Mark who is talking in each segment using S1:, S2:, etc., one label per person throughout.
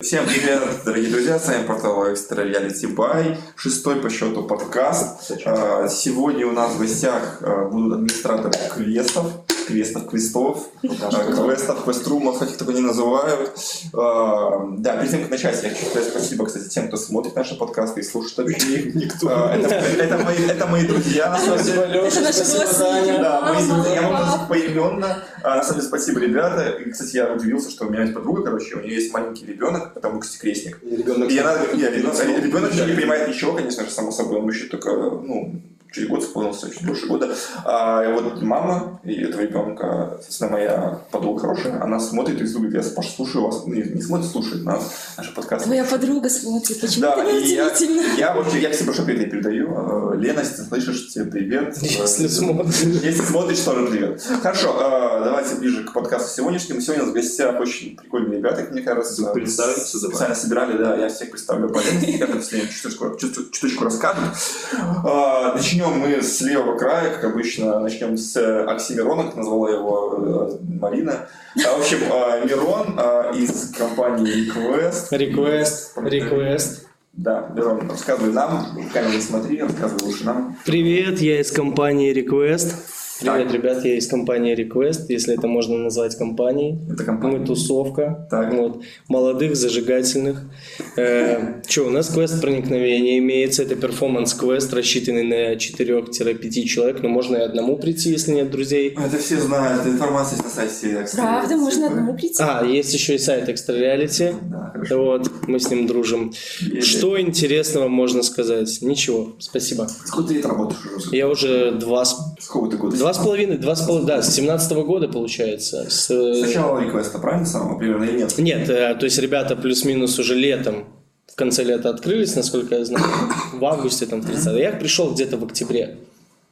S1: Всем привет, дорогие друзья, с вами портал Extra Reality Buy, шестой по счету подкаст. А, Сегодня у нас в гостях а, будут администраторы квестов, квестов, квестов, а, квестов, квеструмов, как их только не называют. А, Да, перед тем, как начать, я хочу сказать спасибо, кстати, тем, кто смотрит наши подкасты и слушает их. Никто. Это это мои- это мои друзья, на самом деле.
S2: Спасибо, Леша,
S3: Это наши
S2: спасибо,
S3: голоса.
S2: Даня.
S1: Да, мы
S3: Мама,
S1: я могу
S3: папа.
S1: назвать поименно. А, на самом деле, спасибо, ребята. И, кстати, я удивился, что у меня есть подруга, короче, у нее есть маленький ребенок, потому кстати, крестник.
S2: И ребенок.
S1: И она, не, ребенок, ребенок еще не понимает ничего, конечно же, само собой, он еще только, ну, через год исполнился, чуть больше года. А и вот мама и этого ребенка, собственно, моя подруга хорошая, она смотрит и говорит, я Паша, слушаю вас, Ну, не, не смотрит, слушает нас, наши подкасты.
S4: Ну,
S3: Твоя подруга смотрит, почему
S1: Да,
S3: ты
S1: и я,
S3: удивительно?
S1: я, вообще, я тебе большой привет передаю. Э, Лена, если ты слышишь, тебе привет.
S2: Если
S1: Э,
S2: смотришь.
S1: если смотришь, тоже привет. Хорошо, э, давайте ближе к подкасту сегодняшнему. Сегодня у нас в гостях очень прикольные ребята, мне кажется.
S5: Ну, представиться давай.
S1: Специально собирали, да, я всех представлю по отдельности. Ребята сегодня чуточку, чуточку- чуточку расскажут. Э, Начнем мы с левого края, как обычно, начнем с э, Оксимирона, как назвала его э, Марина. А, В общем, э, Мирон э, из компании Quest.
S2: Реквест, реквест.
S1: Да, Мирон, рассказывай нам, в камеру не смотри, рассказывай лучше нам.
S6: Привет, я из компании Request. Привет,
S1: Так.
S6: ребят, я из компании Request, если это можно назвать компанией.
S1: Это компания.
S6: Мы тусовка,
S1: Так.
S6: вот, молодых, зажигательных. Э, Че, у нас квест проникновения имеется, это перформанс-квест, рассчитанный на 4-5 человек, но можно и одному прийти, если нет друзей.
S1: Ну, Это все знают, эта информация есть на сайте. Экстра.
S3: Правда, можно
S1: Типа,
S3: одному прийти.
S6: А, есть еще и сайт Extra Reality,
S1: Да, хорошо.
S6: вот, мы с ним дружим.
S1: Или-
S6: Что интересного можно сказать? Ничего, спасибо.
S1: Сколько ты лет работаешь уже?
S6: Я уже два с
S1: С какого ты года?
S6: Два с половиной, два с половиной, да, с семнадцатого года получается. С, э,
S1: С начала реквеста, правильно, самого примерно, или нет?
S6: Нет, э, то есть ребята плюс-минус уже летом, в конце лета открылись, насколько я знаю, в августе там 30 Я пришел где-то в октябре,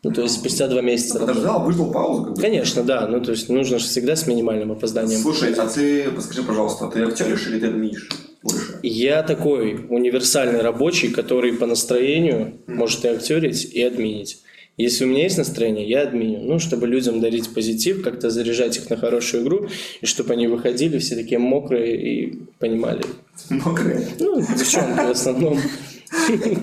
S6: ну то есть спустя два месяца. работы.
S1: Подождал, выждал паузу. Как бы.
S6: Конечно, да, ну то есть нужно же всегда с минимальным опозданием.
S1: Слушай, а ты подскажи, пожалуйста, ты актеришь или ты админишь больше?
S6: Я такой универсальный рабочий, который по настроению может и актерить, и админить. Если у меня есть настроение, я админю. Ну, чтобы людям дарить позитив, как-то заряжать их на хорошую игру, и чтобы они выходили все такие мокрые и понимали.
S1: Мокрый.
S6: Ну, девчонки в основном.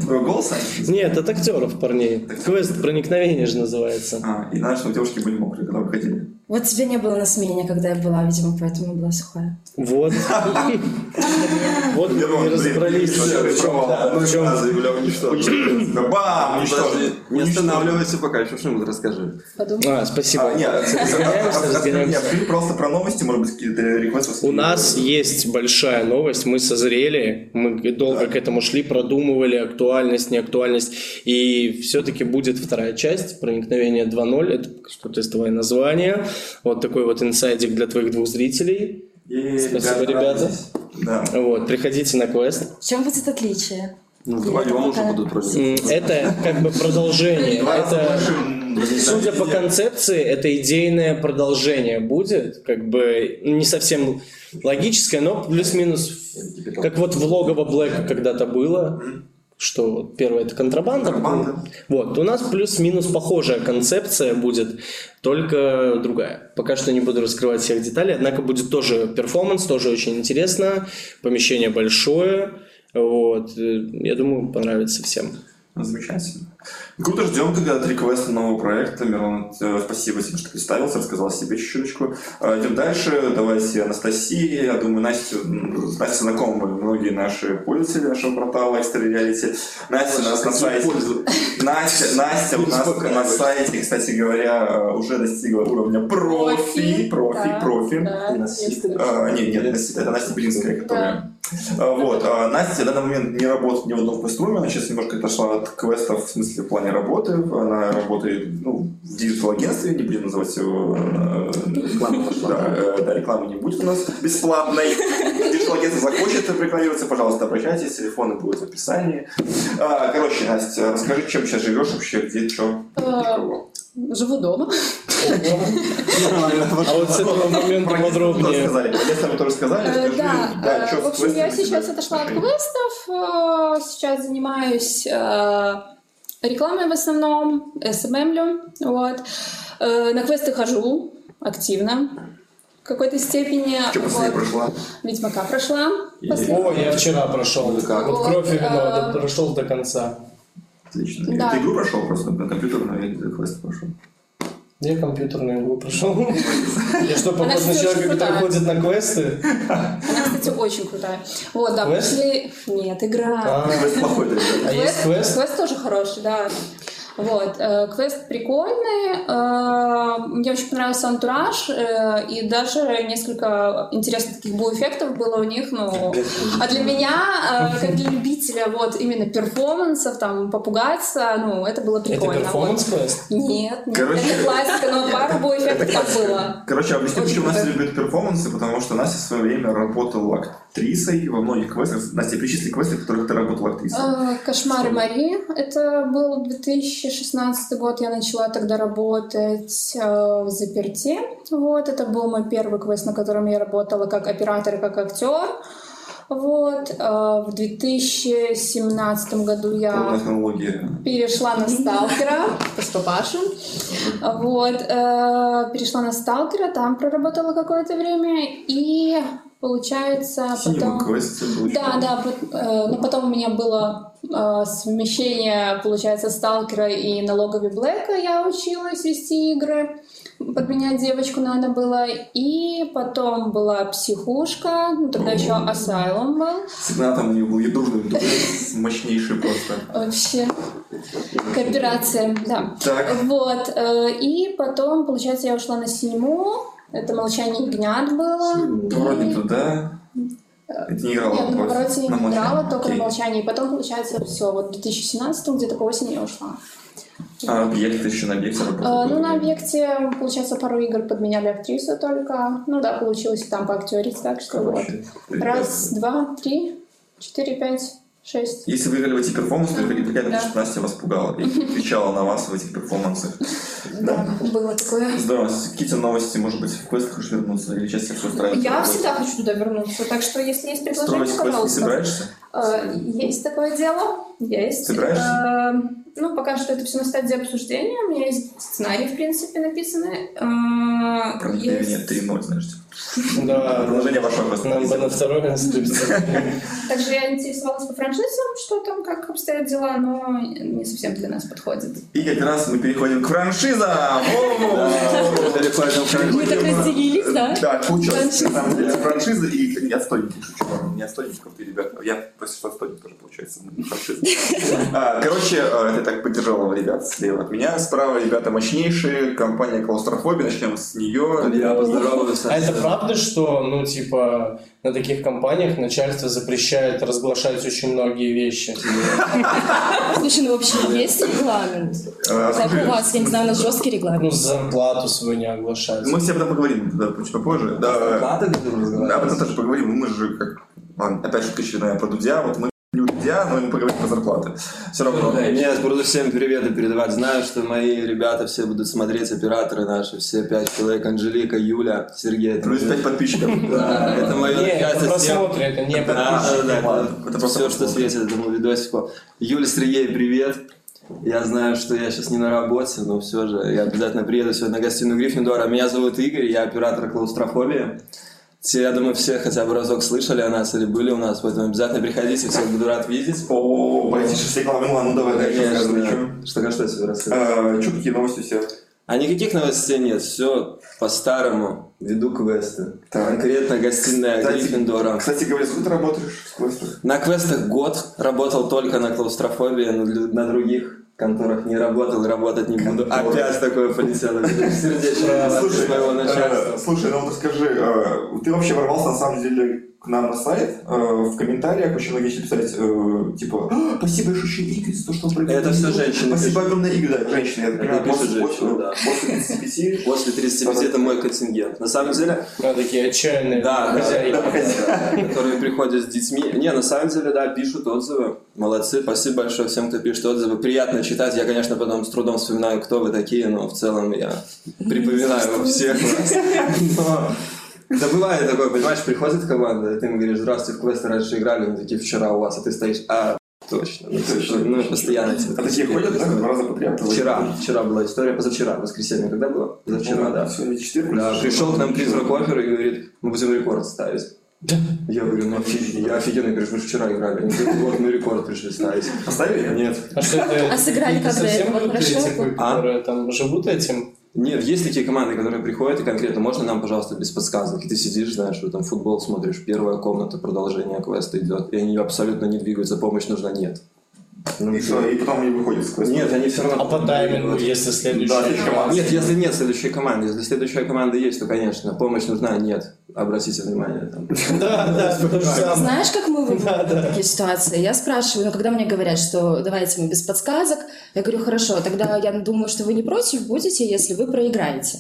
S1: Твоего голоса?
S6: Нет, от актеров, парней. Квест проникновение же называется.
S1: А, и надо, чтобы девушки были мокрые, когда выходили.
S3: Вот тебя не было на смене, когда я была, видимо, поэтому я была сухая.
S6: Вот. Вот мы и разобрались. в чем-
S1: Ну,
S6: в чем-
S1: Бам!
S5: Подожди,
S1: А уничтожили.
S5: не останавливайся пока, еще что-нибудь расскажи.
S3: Подумай.
S6: А,
S1: А,
S6: спасибо.
S1: Нет,
S6: Разгоняемся, разгоняемся.
S1: ты просто про новости, может быть, какие-то реквесты.
S6: У нас есть большая новость, мы созрели, мы долго к этому шли, продумывали актуальность, неактуальность, и все-таки будет вторая часть, проникновение 2.0, это что тестовое название, вот такой вот инсайдик для твоих двух зрителей,
S1: И,
S6: Спасибо, ребята.
S1: радуйтесь. Да.
S6: вот, приходите на квест.
S3: В чем будет отличие?
S5: Ну,
S3: Или
S5: вдвоем
S3: это
S5: уже
S3: такая-
S5: будут вроде.
S6: М, Это как бы продолжение,
S1: Два раза
S6: это...
S1: больше, м,
S6: Судя по концепции, это идейное продолжение будет, как бы ну, не совсем логическое, но плюс-минус Как вот в логово Блэка когда-то было, что вот первое это контрабанда.
S1: Контрабанда.
S6: Вот, у нас плюс-минус похожая концепция будет, только другая. Пока что не буду раскрывать всех деталей, однако будет тоже перформанс, тоже очень интересно, помещение большое, вот, э, я думаю, понравится всем.
S1: Замечательно. Круто, ждем тогда от реквеста нового проекта. Мирон, э, спасибо тебе, что представился, рассказал о себе чуточку. Э, Идем дальше. Давайте Анастасии. Я думаю, Настя, м, с Настей знакомы многие наши пользователи нашего портала Extra Reality. Настя у нас на сайте. Настя, Настя у нас на
S5: Успокаивай.
S1: сайте, кстати говоря, э, уже достигла уровня профи. Профи,
S3: да,
S1: профи.
S3: да,
S5: Насилие.
S3: естественно.
S1: А, Нет, нет, Настя- это Настя Белинская, которая... А, Вот, а Настя в данный момент не работает ни в одном квеструме, она сейчас немножко отошла от квестов в смысле в плане работы, она работает ну, в диджитал-агентстве, не будем называть его... э, Да, э, да, рекламы не будет у нас бесплатной. Диджитал-агентство захочет рекламироваться, пожалуйста, обращайтесь, телефоны будут в описании. А, Короче, Настя, расскажи, чем сейчас живешь вообще, где,
S4: Э,
S1: что,
S3: Живу дома.
S6: А вот с этого момента подробнее.
S1: Ну, сказали. Агентство мы тоже сказали,
S4: ну, Э,
S1: расскажи, да,
S4: э,
S1: чё с
S4: в общем, я
S1: квестами
S4: сейчас
S1: тебя
S4: отошла от
S1: отношения?
S4: квестов, э, сейчас занимаюсь э, рекламой в основном,
S3: эм
S4: СММлю, вот. Э, На квесты хожу активно, в какой-то степени.
S1: Что последняя
S4: вот,
S1: прошла?
S4: Ведьмака прошла.
S5: И-
S4: Последняя.
S6: О, я вчера прошел.
S5: Ну как?
S6: Вот кровь и
S4: Вот,
S6: вино,
S4: а-
S6: да, прошел до конца.
S1: Отлично. И
S4: Да.
S1: Ты игру прошел просто на компьютерную или квест прошел?
S6: Я компьютерную игру прошел. Я что, похож
S4: кстати,
S6: на
S4: очень
S6: человека, который
S4: крутая.
S6: ходит на квесты?
S4: Она, кстати, очень крутая. Вот, да,
S6: Квест?
S4: пошли. Нет, игра.
S6: А,
S1: Квест плохой, да?
S6: а есть квест?
S4: тоже хороший, да. Вот, э, квест прикольный. э, Мне очень понравился антураж, э, и даже несколько интересных таких эффектов было у них, ну... А для меня, э, как для любителя вот именно перформансов, там, попугаться, ну, это было
S6: Это
S4: прикольно.
S6: перформанс квест?
S4: Вот. Нет, нет,
S1: Короче,
S4: это классика, но пару боуэффектов там было.
S1: Короче, объясню,
S4: Очень
S1: почему Настя
S4: круто.
S1: любит перформансы, потому что Настя в свое время работала актрисой и во многих квестах. Настя, перечисли квесты, в которых ты работала актрисой.
S4: Э, Кошмары Мари. Это был 2016 год. Я начала тогда работать э, в заперти. Вот, это был мой первый квест, на котором я работала как оператор и как актер. Вот, э, в 2017 году
S1: Полная
S4: я
S1: хронология.
S4: перешла на сталкера, с папашем. Вот, э, перешла на сталкера, там проработала какое-то время, и получается
S1: В синем
S4: А потом...
S1: квесте был еще
S4: Да, да, пот- э, но потом у меня было э, совмещение, получается, сталкера и налогови Блэка. Я училась вести игры, подменять девочку надо было. И потом была психушка, ну, тогда еще Асайлом был.
S1: Всегда там у нее был ядурный дуэт, мощнейший просто.
S4: Вообще, кооперация, да.
S1: Так,
S4: Вот, э, и потом, получается, я ушла на синему. Это «Молчание ягнят» было.
S1: ты вроде
S4: И-
S1: туда. И Ты не играла
S4: Э, Нет, на
S1: в квест?
S4: повороте я
S1: На
S4: не
S1: молчании.
S4: играла, только на
S1: Окей.
S4: молчании. И потом, получается, все. Вот в 2017 где-то по осени я ушла.
S1: А объект еще на объекте работала?
S4: Э, ну, на объекте, получается, пару игр подменяли актрису только. Ну да, получилось и там поактерить, так что
S1: Короче,
S4: вот. Раз, два, три, четыре, пять, шесть.
S1: Если вы играли в эти перформансы, то вы
S4: Да.
S1: что Настя вас пугала и кричала на вас в этих перформансах.
S3: Да, было такое.
S1: Здорово, Настя, какие-то новости, может быть, в квест хочешь вернуться или часть все устраивает?
S3: Я всегда хочу туда вернуться, так что если есть
S1: Строить
S3: предложение,
S1: квест не
S3: пожалуйста.
S1: собираешься?
S3: Э, Есть такое дело, есть.
S1: Собираешься?
S3: Э, Ну, пока что это все на стадии обсуждения. У меня есть сценарий, в принципе, написанный. Э,
S1: Проникновение
S3: есть-
S1: 3.0, знаешь. типа.
S6: Да.
S1: Продолжение вашего квеста.
S6: А, Нам бы на второе наступить.
S3: Также я интересовалась по франшизам, что там, как обстоят дела, но не совсем для нас подходит.
S1: И как раз мы переходим к франшизам. Воу!
S5: Переходим к
S1: Переходим
S4: Мы так
S1: на-
S4: разделились, да?
S1: Да, получилось.
S4: Франшизы.
S1: На самом деле, франшизы и отстойники. Шучу, ладно, не отстойников, ты, ребята. Я просто что отстойник тоже получается. ну, франшиза. А, Короче, э, это так поддержало ребят слева от меня. Справа ребята мощнейшие. Компания Клаустрофобия. Начнем с нее.
S5: Я поздоровался.
S6: А это правда, что, ну, типа, на таких компаниях начальство запрещает разглашать очень многие вещи? Ну,
S7: Слушай, ну вообще есть регламент?
S1: Э,
S7: Как
S1: слушай,
S7: у вас, я не знаю, у нас жесткий регламент.
S6: Ну, зарплату свою не оглашать.
S1: Мы все об этом поговорим да, чуть попозже. Да,
S5: Надо ли
S1: да, об
S5: разговаривать?
S1: этом тоже поговорим. Мы же как... Ладно, опять шутка очередная про Дудя. Вот мы не у Дудя, но мы поговорим про зарплаты. Все равно.
S5: Мне буду всем приветы передавать. Знаю, что мои ребята все будут смотреть, операторы наши, все пять человек, Анжелика, Юля, Сергей.
S1: Плюс 5 подписчиков.
S5: Да, это мое
S6: Не, это
S5: начальство. всем.
S6: просмотры, это не
S5: Да,
S6: подписчики.
S5: да, да,
S1: ладно.
S5: это,
S1: Это типа, просто
S5: все, что
S1: просмотр.
S5: светит этому видосику. Юля Сергей, привет. Я знаю, что я сейчас не на работе, но все же я обязательно приеду сегодня на гостиную Гриффиндора. Меня зовут Игорь, я оператор клаустрофобии. Все, я думаю, все хотя бы разок слышали о нас или были у нас, поэтому обязательно приходите, всех буду рад видеть.
S1: О, политические все главы. Ну ладно, ну давай дальше
S5: Конечно.
S1: расскажем.
S5: Что, а что я тебе рассказать?
S1: Че какие новости у тебя?
S5: А никаких новостей нет, все по-старому. Веду квесты.
S1: Так.
S5: Конкретно гостиная
S1: Кстати,
S5: Гриффиндора.
S1: Кстати говоря, сколько ты работаешь в квестах?
S5: На квестах год работал только на клаустрофобии, но для- на других конторах не работал и работать не буду.
S1: Конторы.
S5: Опять такое полетело. Сердечко от моего
S1: э,
S5: начальства.
S1: слушай, ну вот расскажи, э, ты вообще ворвался на самом деле к нам на сайт, э, в комментариях очень многие начали писать, э, типа, «А, спасибо большое Игорь за то, что он провел
S5: Это все
S1: игру.
S5: женщины
S1: Спасибо
S5: пишут.
S1: огромное Игорь, да, женщины, я так
S5: Это
S1: понимаю,
S5: пишут
S1: после,
S5: женщины,
S1: после-
S5: да.
S1: после 35,
S5: э, После 35 это мой контингент. На самом деле,
S6: Ну, такие отчаянные
S5: Да, да,
S6: хозяйки.
S1: да, хозяин.
S5: которые приходят с детьми. Не, на самом деле, да, пишут отзывы. Молодцы, спасибо большое всем, кто пишет отзывы. Приятно читать. Я, конечно, потом с трудом вспоминаю, кто вы такие, но в целом я припоминаю всех вас. Но... Да бывает такое, понимаешь, приходит команда, и ты им говоришь, здравствуйте, в квесты раньше играли, они такие, вчера у вас, а ты стоишь, а, Точно. ну,
S1: Точно.
S5: точно. Ну, постоянно. эти
S1: А такие ходят, да, два раза подряд?
S5: Вчера, вчера была история, позавчера, воскресенье, когда было?
S1: ну,
S5: Позавчера, да.
S1: Сегодня четверг.
S5: Да, пришел к нам призрак оперы и говорит, мы будем рекорд ставить. Я говорю, ну офигенно, я офигенно, говорю, вы же вчера играли. Они говорят, вот мы рекорд пришли ставить.
S1: Поставили?
S5: Нет.
S6: А что это?
S7: А сыграли
S6: это
S7: когда
S6: совсем
S7: это
S6: люди
S7: было? Хорошо
S6: эти,
S7: было?
S6: которые там живут этим?
S5: Нет, есть такие команды, которые приходят и конкретно, можно нам, пожалуйста, без подсказок? И ты сидишь, знаешь, вот там футбол смотришь, первая комната, продолжение квеста идет, и они абсолютно не двигаются, помощь нужна, нет. Ну,
S1: И все, и потом они выходят с квеста.
S5: Нет, они все равно...
S6: А по таймингу, если
S1: Да,
S6: следующий?
S1: следующая команда.
S5: Нет, если нет следующей команды, если следующая команда есть, то, конечно, помощь нужна, нет. Обратите внимание. Там.
S6: Да, да, то же самое.
S7: Знаешь, как мы выбираем такие ситуации? Я спрашиваю, но когда мне говорят, что давайте мы без подсказок, я говорю, хорошо, тогда я думаю, что вы не против будете, если вы проиграете.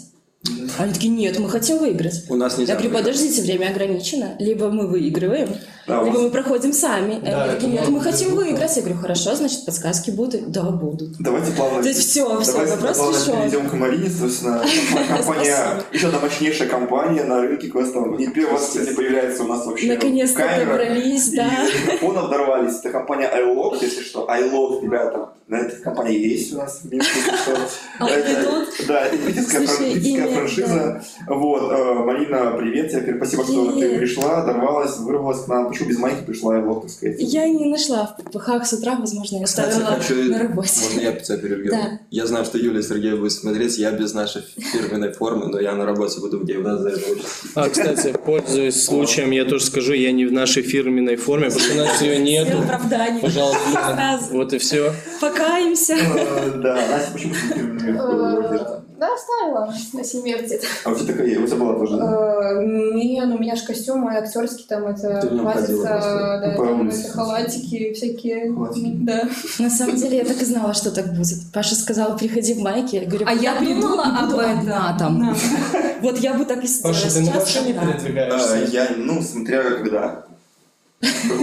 S7: Они такие, нет, мы хотим выиграть.
S5: У нас нельзя.
S7: Я говорю,
S5: выиграть.
S7: подождите, время ограничено. Либо мы выигрываем,
S1: Да, у
S7: либо
S1: вас-
S7: мы проходим сами.
S6: Да,
S7: Они
S6: это
S7: такие, нет, мы
S6: может быть
S7: хотим
S6: глупо.
S7: выиграть. Я говорю, хорошо, значит, подсказки будут. Да, будут.
S1: Давайте плавно...
S7: То есть Типа, всё, всё,
S1: Давайте
S7: вопрос
S1: плавно
S7: решён.
S1: перейдем к Марине, собственно. Компания, еще одна мощнейшая компания на рынке квестов. Не первый раз сегодня появляется у нас вообще
S7: Наконец-то
S1: камера.
S7: добрались, да.
S1: И микрофонов дорвались. Это компания iLog, если что. iLog, ребята. На этой компании есть у нас в Минске, если что.
S7: А
S1: Это-
S7: идут?
S1: Да, и питерская фран-
S7: Слушай,
S1: питерская
S7: имя,
S1: франшиза. Вот, э, Марина, привет тебе. Спасибо, что ты
S7: Привет.
S1: пришла, дорвалась, вырвалась к нам. Почему без майки пришла iLog, так сказать?
S7: Я не нашла в ППХ с утра, возможно, я
S5: Кстати,
S7: оставила
S5: хочу-
S7: на работе.
S5: Можно я тебя перебью?
S7: Да.
S5: Я знаю, что Юлия Сергеев будет смотреть, я без нашей фирменной формы, но я на работе буду, где у нас за это учат.
S6: А, кстати, пользуясь случаем, я тоже скажу, я не в нашей фирменной форме, потому что у нас ее
S7: Все
S6: нету.
S7: оправдания.
S6: Пожалуйста,
S7: Сразу.
S6: вот и все.
S7: Покаемся.
S1: Э, Да, Настя, почему ты
S3: Э,
S1: не
S7: Э,
S1: переменила одежду?
S4: Да, оставила на семье где-то.
S1: А у тебя такая, есть? у тебя была тоже, да?
S4: Э, Не, ну у меня же костюмы актерский там, это
S5: Ты в нем ходила
S4: платьица,
S5: просто.
S4: да,
S1: По
S4: там
S1: улице.
S4: это халатики всякие.
S1: Халатики.
S4: Да.
S7: На самом деле я так и знала, что так будет. Паша сказала, приходи в майке. Я говорю,
S4: А я
S7: приду и
S4: думала
S7: буду
S4: об этом.
S7: одна там. Вот я бы так и сидела
S6: Паша, ты на
S7: сейчас
S6: машине
S7: одна.
S1: А,
S6: передвигаешься?
S1: Я, ну, смотря когда.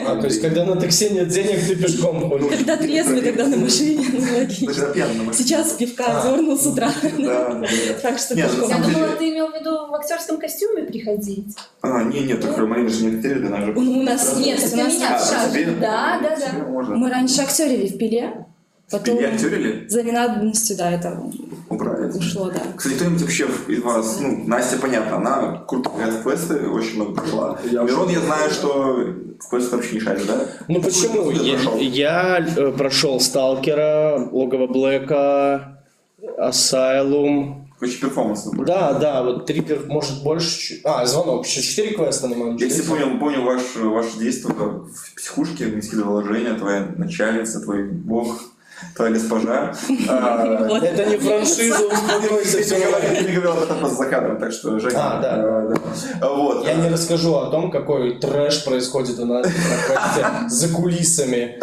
S6: А, то есть, когда на такси нет денег, ты пешком ходишь.
S7: Когда трезвый, когда на машине, ну, логично.
S1: Когда пьяный на машине.
S7: Сейчас пивка
S6: А.
S7: дернул с утра.
S1: Да, да, да.
S7: Так что
S1: Нет,
S7: пешком.
S1: на
S4: Я
S1: самом
S4: думала,
S1: деле-
S4: ты имел в виду в актерском костюме приходить.
S1: А, не, нет, так Марина же не актерит, она же...
S7: Ну, у нас нет, у нас
S1: А,
S4: Сейчас.
S1: тебе?
S4: Да, да, да.
S1: Тебе можно.
S7: Мы раньше актерили в пиле, потом
S1: Тебя актерили?
S7: за ненадобностью, да, это
S1: Убрали.
S7: ушло, да.
S1: Кстати, кто-нибудь вообще из вас, ну, Настя, понятно, она круто играет в квесты, очень много прошла.
S5: Я
S1: Мирон,
S5: уже-
S1: я знаю, что в квесты вообще не шарит, да?
S6: Ну
S1: Какой
S6: почему?
S1: квест ты
S6: Я,
S1: прошел?
S6: я, э, прошел Сталкера, Логово Блэка, Асайлум.
S1: Очень перформансный был.
S6: Да, да, вот три, пер- может больше. чуть- А, звонок. Еще четыре квеста на моем
S1: Я, кстати, помню, помню ваш, ваше действие в психушке, мне скидывала Женя, твоя начальница, твой бог, твоя госпожа. А,
S7: Вот.
S6: Это не франшиза, успокойся,
S1: Ты
S6: все
S1: не говорил- ты не говорил об этом просто за кадром, так что, Женя,
S6: А, да.
S1: э, да. Вот.
S6: Я не расскажу о том, какой трэш происходит у нас на квесте за кулисами.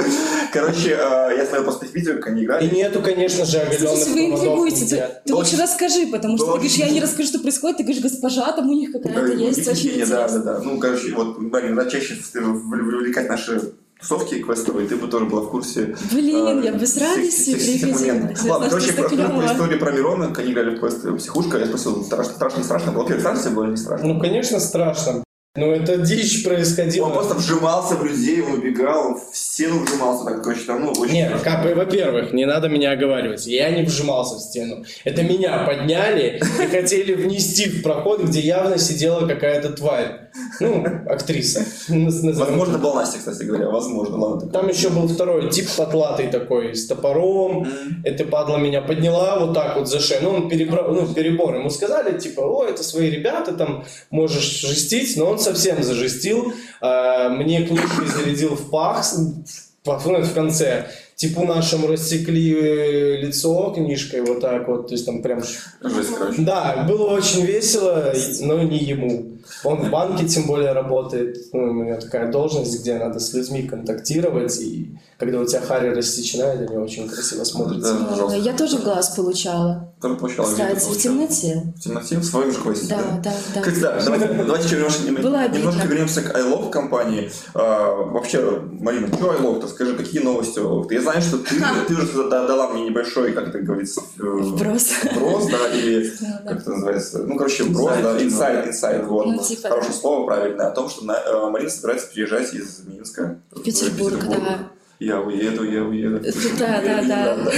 S1: Короче, э, я смотрел просто их видео, как они
S6: И
S1: играли.
S6: нету, конечно же, оголенных
S7: Слушайте, вы интригуете.
S6: нигде.
S7: Ты, ты лучше расскажи, потому что ты
S1: Очень.
S7: говоришь, я не расскажу, что происходит. Ты говоришь, госпожа, там у них
S1: Ну,
S7: какая-то есть. Очень
S1: Евгения, да,
S7: интересно.
S1: да, да. Ну, короче, вот, Марин, надо чаще в- в- привлекать наши тусовки квестовые, ты бы тоже была в курсе.
S7: Блин,
S1: э,
S7: я бы с
S1: всех-
S7: радостью
S1: всех этих моментов.
S7: приходила.
S1: Ладно, короче,
S7: Просто
S1: расскажу про
S7: клёво.
S1: историю про Мирона, как они играли в квесты «Психушка», я спросил, страшно, страшно, не страшно было? Во-первых, страшно тебе было или не страшно?
S6: Ну, конечно, страшно. Но это дичь происходила.
S1: Он просто вжимался в людей, он убегал, он в стену вжимался, так, короче, там, ну, очень...
S6: Нет,
S1: страшно.
S6: как бы, во-первых, не надо меня оговаривать. Я не вжимался в стену. Это меня подняли и хотели внести в проход, где явно сидела какая-то тварь. Ну, актриса. Наз- назовем.
S1: Возможно, была Настя, кстати говоря, возможно, ладно.
S6: Там еще был второй тип потлатый такой, с топором. Это падла меня подняла вот так вот за шею. Ну, он перебрал, ну, перебор. Ему сказали, типа, о, это свои ребята, там, можешь жестить. Но он совсем зажестил. А, Мне книжкой зарядил в пах, с- в пах, ну, это в конце. Типу нашему рассекли э, лицо книжкой вот так вот. То есть там прям...
S1: Жесть, короче.
S6: Да, было очень весело, и- но не ему. Он в банке тем более работает. Ну, у него такая должность, где надо с людьми контактировать. И когда у тебя Харри рассечена, это не очень красиво смотрится.
S1: Да,
S7: Э,
S1: жестко.
S7: Я тоже в глаз получала.
S1: Тоже получала
S7: Кстати, в темноте.
S1: В темноте, в своем же квесте,
S7: Да, да, да.
S1: Кстати, да, давайте, давайте еще немножко, нем-
S7: Было обидно.
S1: немножко вернемся к iLove компании. А, вообще, Марина, что iLove-то? Скажи, какие новости у iLove? Я знаю, что ты, ты уже сюда да- дала мне небольшой, как это говорится, э,
S7: Вброс.
S1: вброс, да, или
S7: Да, да.
S1: как это называется, ну, короче, вброс,
S5: Инсайт,
S1: да,
S5: типа.
S1: инсайд, инсайд, вот,
S7: Ну, типа,
S1: хорошее
S7: да.
S1: слово, правильное, о том, что на- э, Марина собирается переезжать из Минска
S7: Петербург, да.
S1: я уеду, я уеду.
S7: Да, да, да.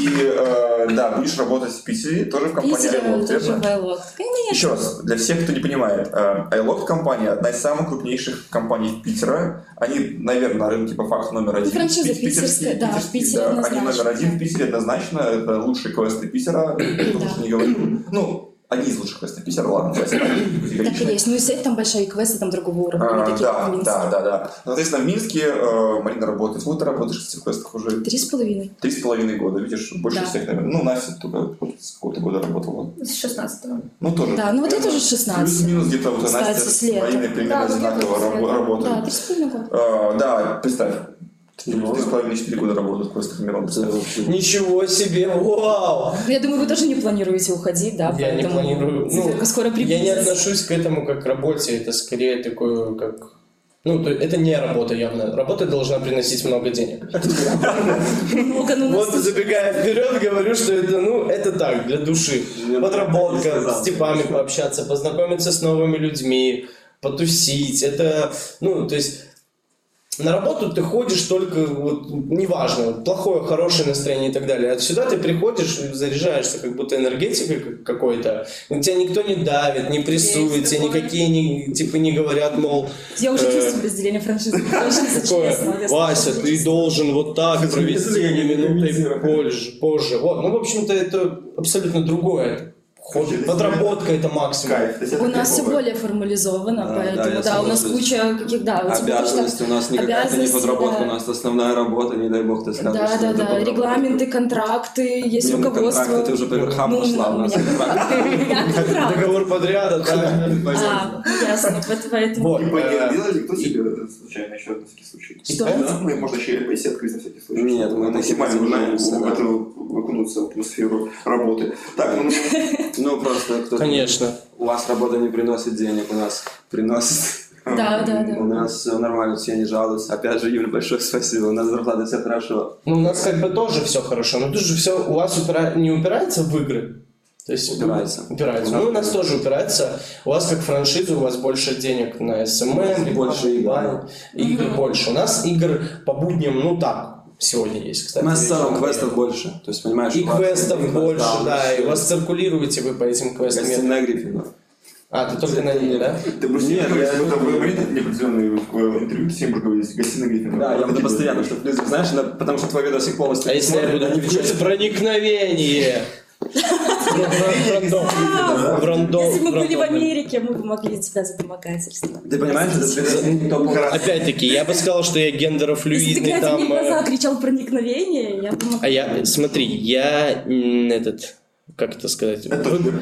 S1: И э, да, будешь работать в Питере, тоже в компании iLog,
S7: Питер тоже
S1: верно?
S7: Вайлот. Конечно.
S1: Еще раз, для всех, кто не понимает, э, iLog компания одна из самых крупнейших компаний Питера. Они, наверное, на рынке по факту номер один.
S7: франшиза
S1: Пит- питерские,
S7: питерская, да, в
S1: питерские,
S7: Питере
S1: да. Они
S7: однозначно.
S1: номер один в Питере однозначно. Это лучшие квесты Питера. Я лучше не говорю. Ну, одни из лучших квестов Питера, ладно, квесты,
S7: Так и
S1: категорично.
S7: есть. Ну и сеть там большая, и квесты там другого уровня, не
S1: А,
S7: такие, как
S1: Да,
S7: в Минске.
S1: да, да, да. Ну, Соответственно, в Минске э, Марина работает. Сколько ты работаешь в этих квестах уже?
S7: Три с половиной.
S1: Три с половиной года, видишь, больше
S7: Да.
S1: всех, наверное. Ну, Настя только вот с какого-то года работала.
S3: С 16
S1: Ну, тоже.
S7: Да, ну вот я
S1: примерно
S7: тоже с 16.
S1: Плюс-минус где-то вот
S7: Кстати,
S1: Настя
S7: с
S1: с
S7: лета.
S1: Мариной примерно
S3: Да, вот я
S1: одинаково
S3: тоже с
S1: рабо-
S3: лета.
S1: работают.
S7: Да, три с половиной года.
S1: А, да, представь. Три
S5: Ну,
S1: с половиной, четыре года работают просто примерно.
S5: Это вообще-
S2: Ничего себе, вау!
S7: Ну, Я думаю, вы тоже не планируете уходить, да?
S6: Я не
S7: поэтому
S6: планирую.
S7: циферка
S6: Ну,
S7: скоро
S6: Я не
S7: приблизится.
S6: отношусь к этому как к работе, это скорее такое, как... Ну, то- это не работа явно. Работа должна приносить много денег.
S7: Много, ну,
S6: Вот
S7: нас-
S6: забегая вперед, говорю, что это, ну, это так, для души.
S5: Я
S6: Подработка,
S5: сказал.
S6: с типами пообщаться, познакомиться с новыми людьми, потусить. Это, ну, то есть... На работу ты ходишь только, вот, неважно, плохое, хорошее настроение и так далее. А сюда ты приходишь, заряжаешься как будто энергетикой как- какой-то. Тебя никто не давит, не прессует,
S3: Есть
S6: тебе
S3: такое.
S6: никакие не, типа не говорят, мол,
S7: Я уже
S6: Э,
S7: чувствую разделение франшизы. Франшиза,
S6: такое,
S7: честно, я
S6: Вася,
S7: слышу.
S6: ты должен вот так провести
S5: Замедление,
S6: минутой
S5: минимизировать.
S6: позже, позже. Вот, ну, в общем-то, это абсолютно другое. Ход-
S1: Кайф.
S6: подработка это максимум.
S1: Кайф. То есть это
S7: У нас все
S1: кайфово.
S7: более формализовано,
S5: Да, А, да,
S7: поэтому,
S5: я
S7: да, у нас
S5: согласен.
S7: куча каких, да, А у тебя тоже
S5: Обязанность у нас никакая это не
S7: обязанности,
S5: подработка,
S7: да.
S5: у нас основная работа, не дай бог ты
S7: там-
S5: скажешь.
S7: Да,
S5: что
S7: да,
S5: это
S7: да,
S5: подработка.
S7: регламенты, контракты, есть
S5: Не, ну,
S7: руководство.
S5: контракты ты уже по верхам
S7: Ну,
S5: пошла, у нас
S7: у меня-
S5: контракты.
S7: У меня контракт.
S6: Договор подряда, да.
S7: А, ясно, вот поэтому.
S6: Вот.
S1: Типа
S6: э,
S1: не делали, кто тебе это случайно еще на всякий случай?
S7: Что?
S1: Да, мы можно еще и LPC открыть на всякий случай.
S5: Нет, мы
S1: максимально уже
S5: занимаемся,
S1: в
S5: да.
S1: эту окунуться в атмосферу работы. Так, ну
S5: Ну, просто кто
S6: э, Конечно.
S5: У вас работа не приносит денег, у нас приносит.
S7: Да, да,
S5: У
S7: да.
S5: нас все нормально, все не жалуются. Опять же, Юля, большое спасибо, у нас зарплата все хорошо.
S6: Ну, у нас как бы тоже все хорошо, но тут же все у вас упира- не упирается в игры. То есть
S5: Упирается.
S6: Упирается. Ну, у нас тоже упирается. У вас как франшиза, у вас больше денег на СММ.
S5: Больше игр,
S6: Игр больше. У нас игр по будням, ну так, сегодня есть,
S5: У
S6: кстати.
S5: нас в целом
S6: вечером.
S5: квестов больше, то есть, понимаешь,
S6: И
S5: у вас-
S6: квестов
S5: и
S6: больше,
S5: квестов,
S6: да, и
S5: всё.
S6: у вас циркулируете вы по этим квестам.
S5: Гостиная Гриффина.
S6: А, ты только на ней, да?
S1: ты будешь
S5: Нет,
S1: говорить,
S5: я-
S1: мы там будем говорить неопределенные в э, интервью, ты всем будешь говорить, гостиная Гриффина.
S5: Да, я буду постоянно, чтобы люди, знаешь, на- потому что твой видосик полностью...
S6: А если я буду
S5: они
S6: отвечать проникновение? Ну, в рандом. В рандом.
S7: Если бы мы
S6: в
S7: были в
S6: рандом.
S7: Америке, мы бы могли тебя за домогательство.
S5: Ты понимаешь, этот видос никто больше-
S6: Опять-таки, я бы сказал, что я
S7: Если ты,
S6: гендерофлюидный
S7: глядя мне в
S6: там... э,
S7: глаза, кричал проникновение, я бы могла...
S6: А я, смотри, я м, этот, как это сказать? Вы-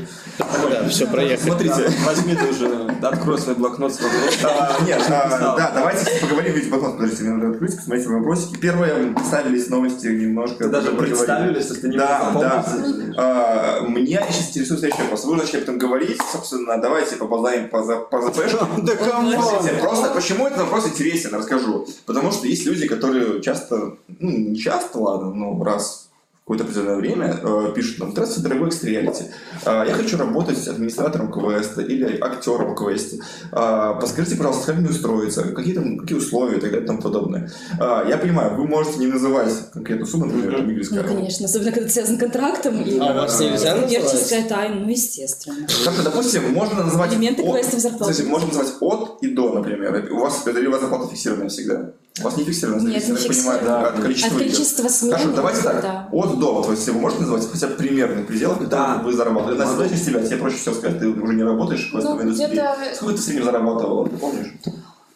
S6: Да, все,
S1: А
S6: проехали.
S5: Смотрите, возьми ты уже, открой свой блокнот с вопросом.
S1: А, Нет, а,
S5: Стало.
S1: да, давайте поговорим, ведь потом, подождите, мне надо открыть, посмотрите вопросики. Первое, представились новости немножко.
S5: Ты даже
S1: поговорили.
S5: представились, если не
S1: Да,
S5: запомнился.
S1: да. А, Меня сейчас интересует следующий вопрос. Вы начали об этом говорить, собственно, давайте побазаем по за- по запэшу.
S5: Да
S1: Слушайте, просто почему этот вопрос интересен, расскажу. Потому что есть люди, которые часто, ну, не часто, ладно, но раз в какое-то определенное время э, пишут нам, здравствуйте, дорогой экстреалити, я хочу работать администратором квеста или актером в квесте. А, Подскажите, пожалуйста, как мне устроиться, какие там какие условия и так далее и тому подобное. А, Я понимаю, вы можете не называть конкретную сумму, например, там, Игорь
S7: Ну,
S1: сказал.
S7: конечно, особенно когда ты связан контрактом и
S6: А у вас нельзя называть?
S7: коммерческая тайна, ну, естественно.
S1: Как-то, допустим, можно назвать...
S7: Элементы
S1: от-
S7: квестов зарплаты.
S1: Слушайте, можно назвать от и до, например. У вас, или у вас зарплата фиксированная всегда? У вас не фиксированная,
S7: Нет, не
S1: я так понимаю,
S7: фиксированная.
S1: от
S7: От
S1: количества игр.
S7: количества смен...
S1: Хорошо, давайте так.
S7: Да.
S1: От до, то есть вы можете назвать хотя бы примерный предел, когда
S5: Да.
S1: вы зарабатывали. Настя,
S5: Могу.
S1: начни с тебя, тебе проще всего сказать, ты уже не работаешь в квестовой
S3: Ну,
S1: индустрии.
S3: где-то-
S1: Сколько ты в среднем зарабатывала, ты помнишь?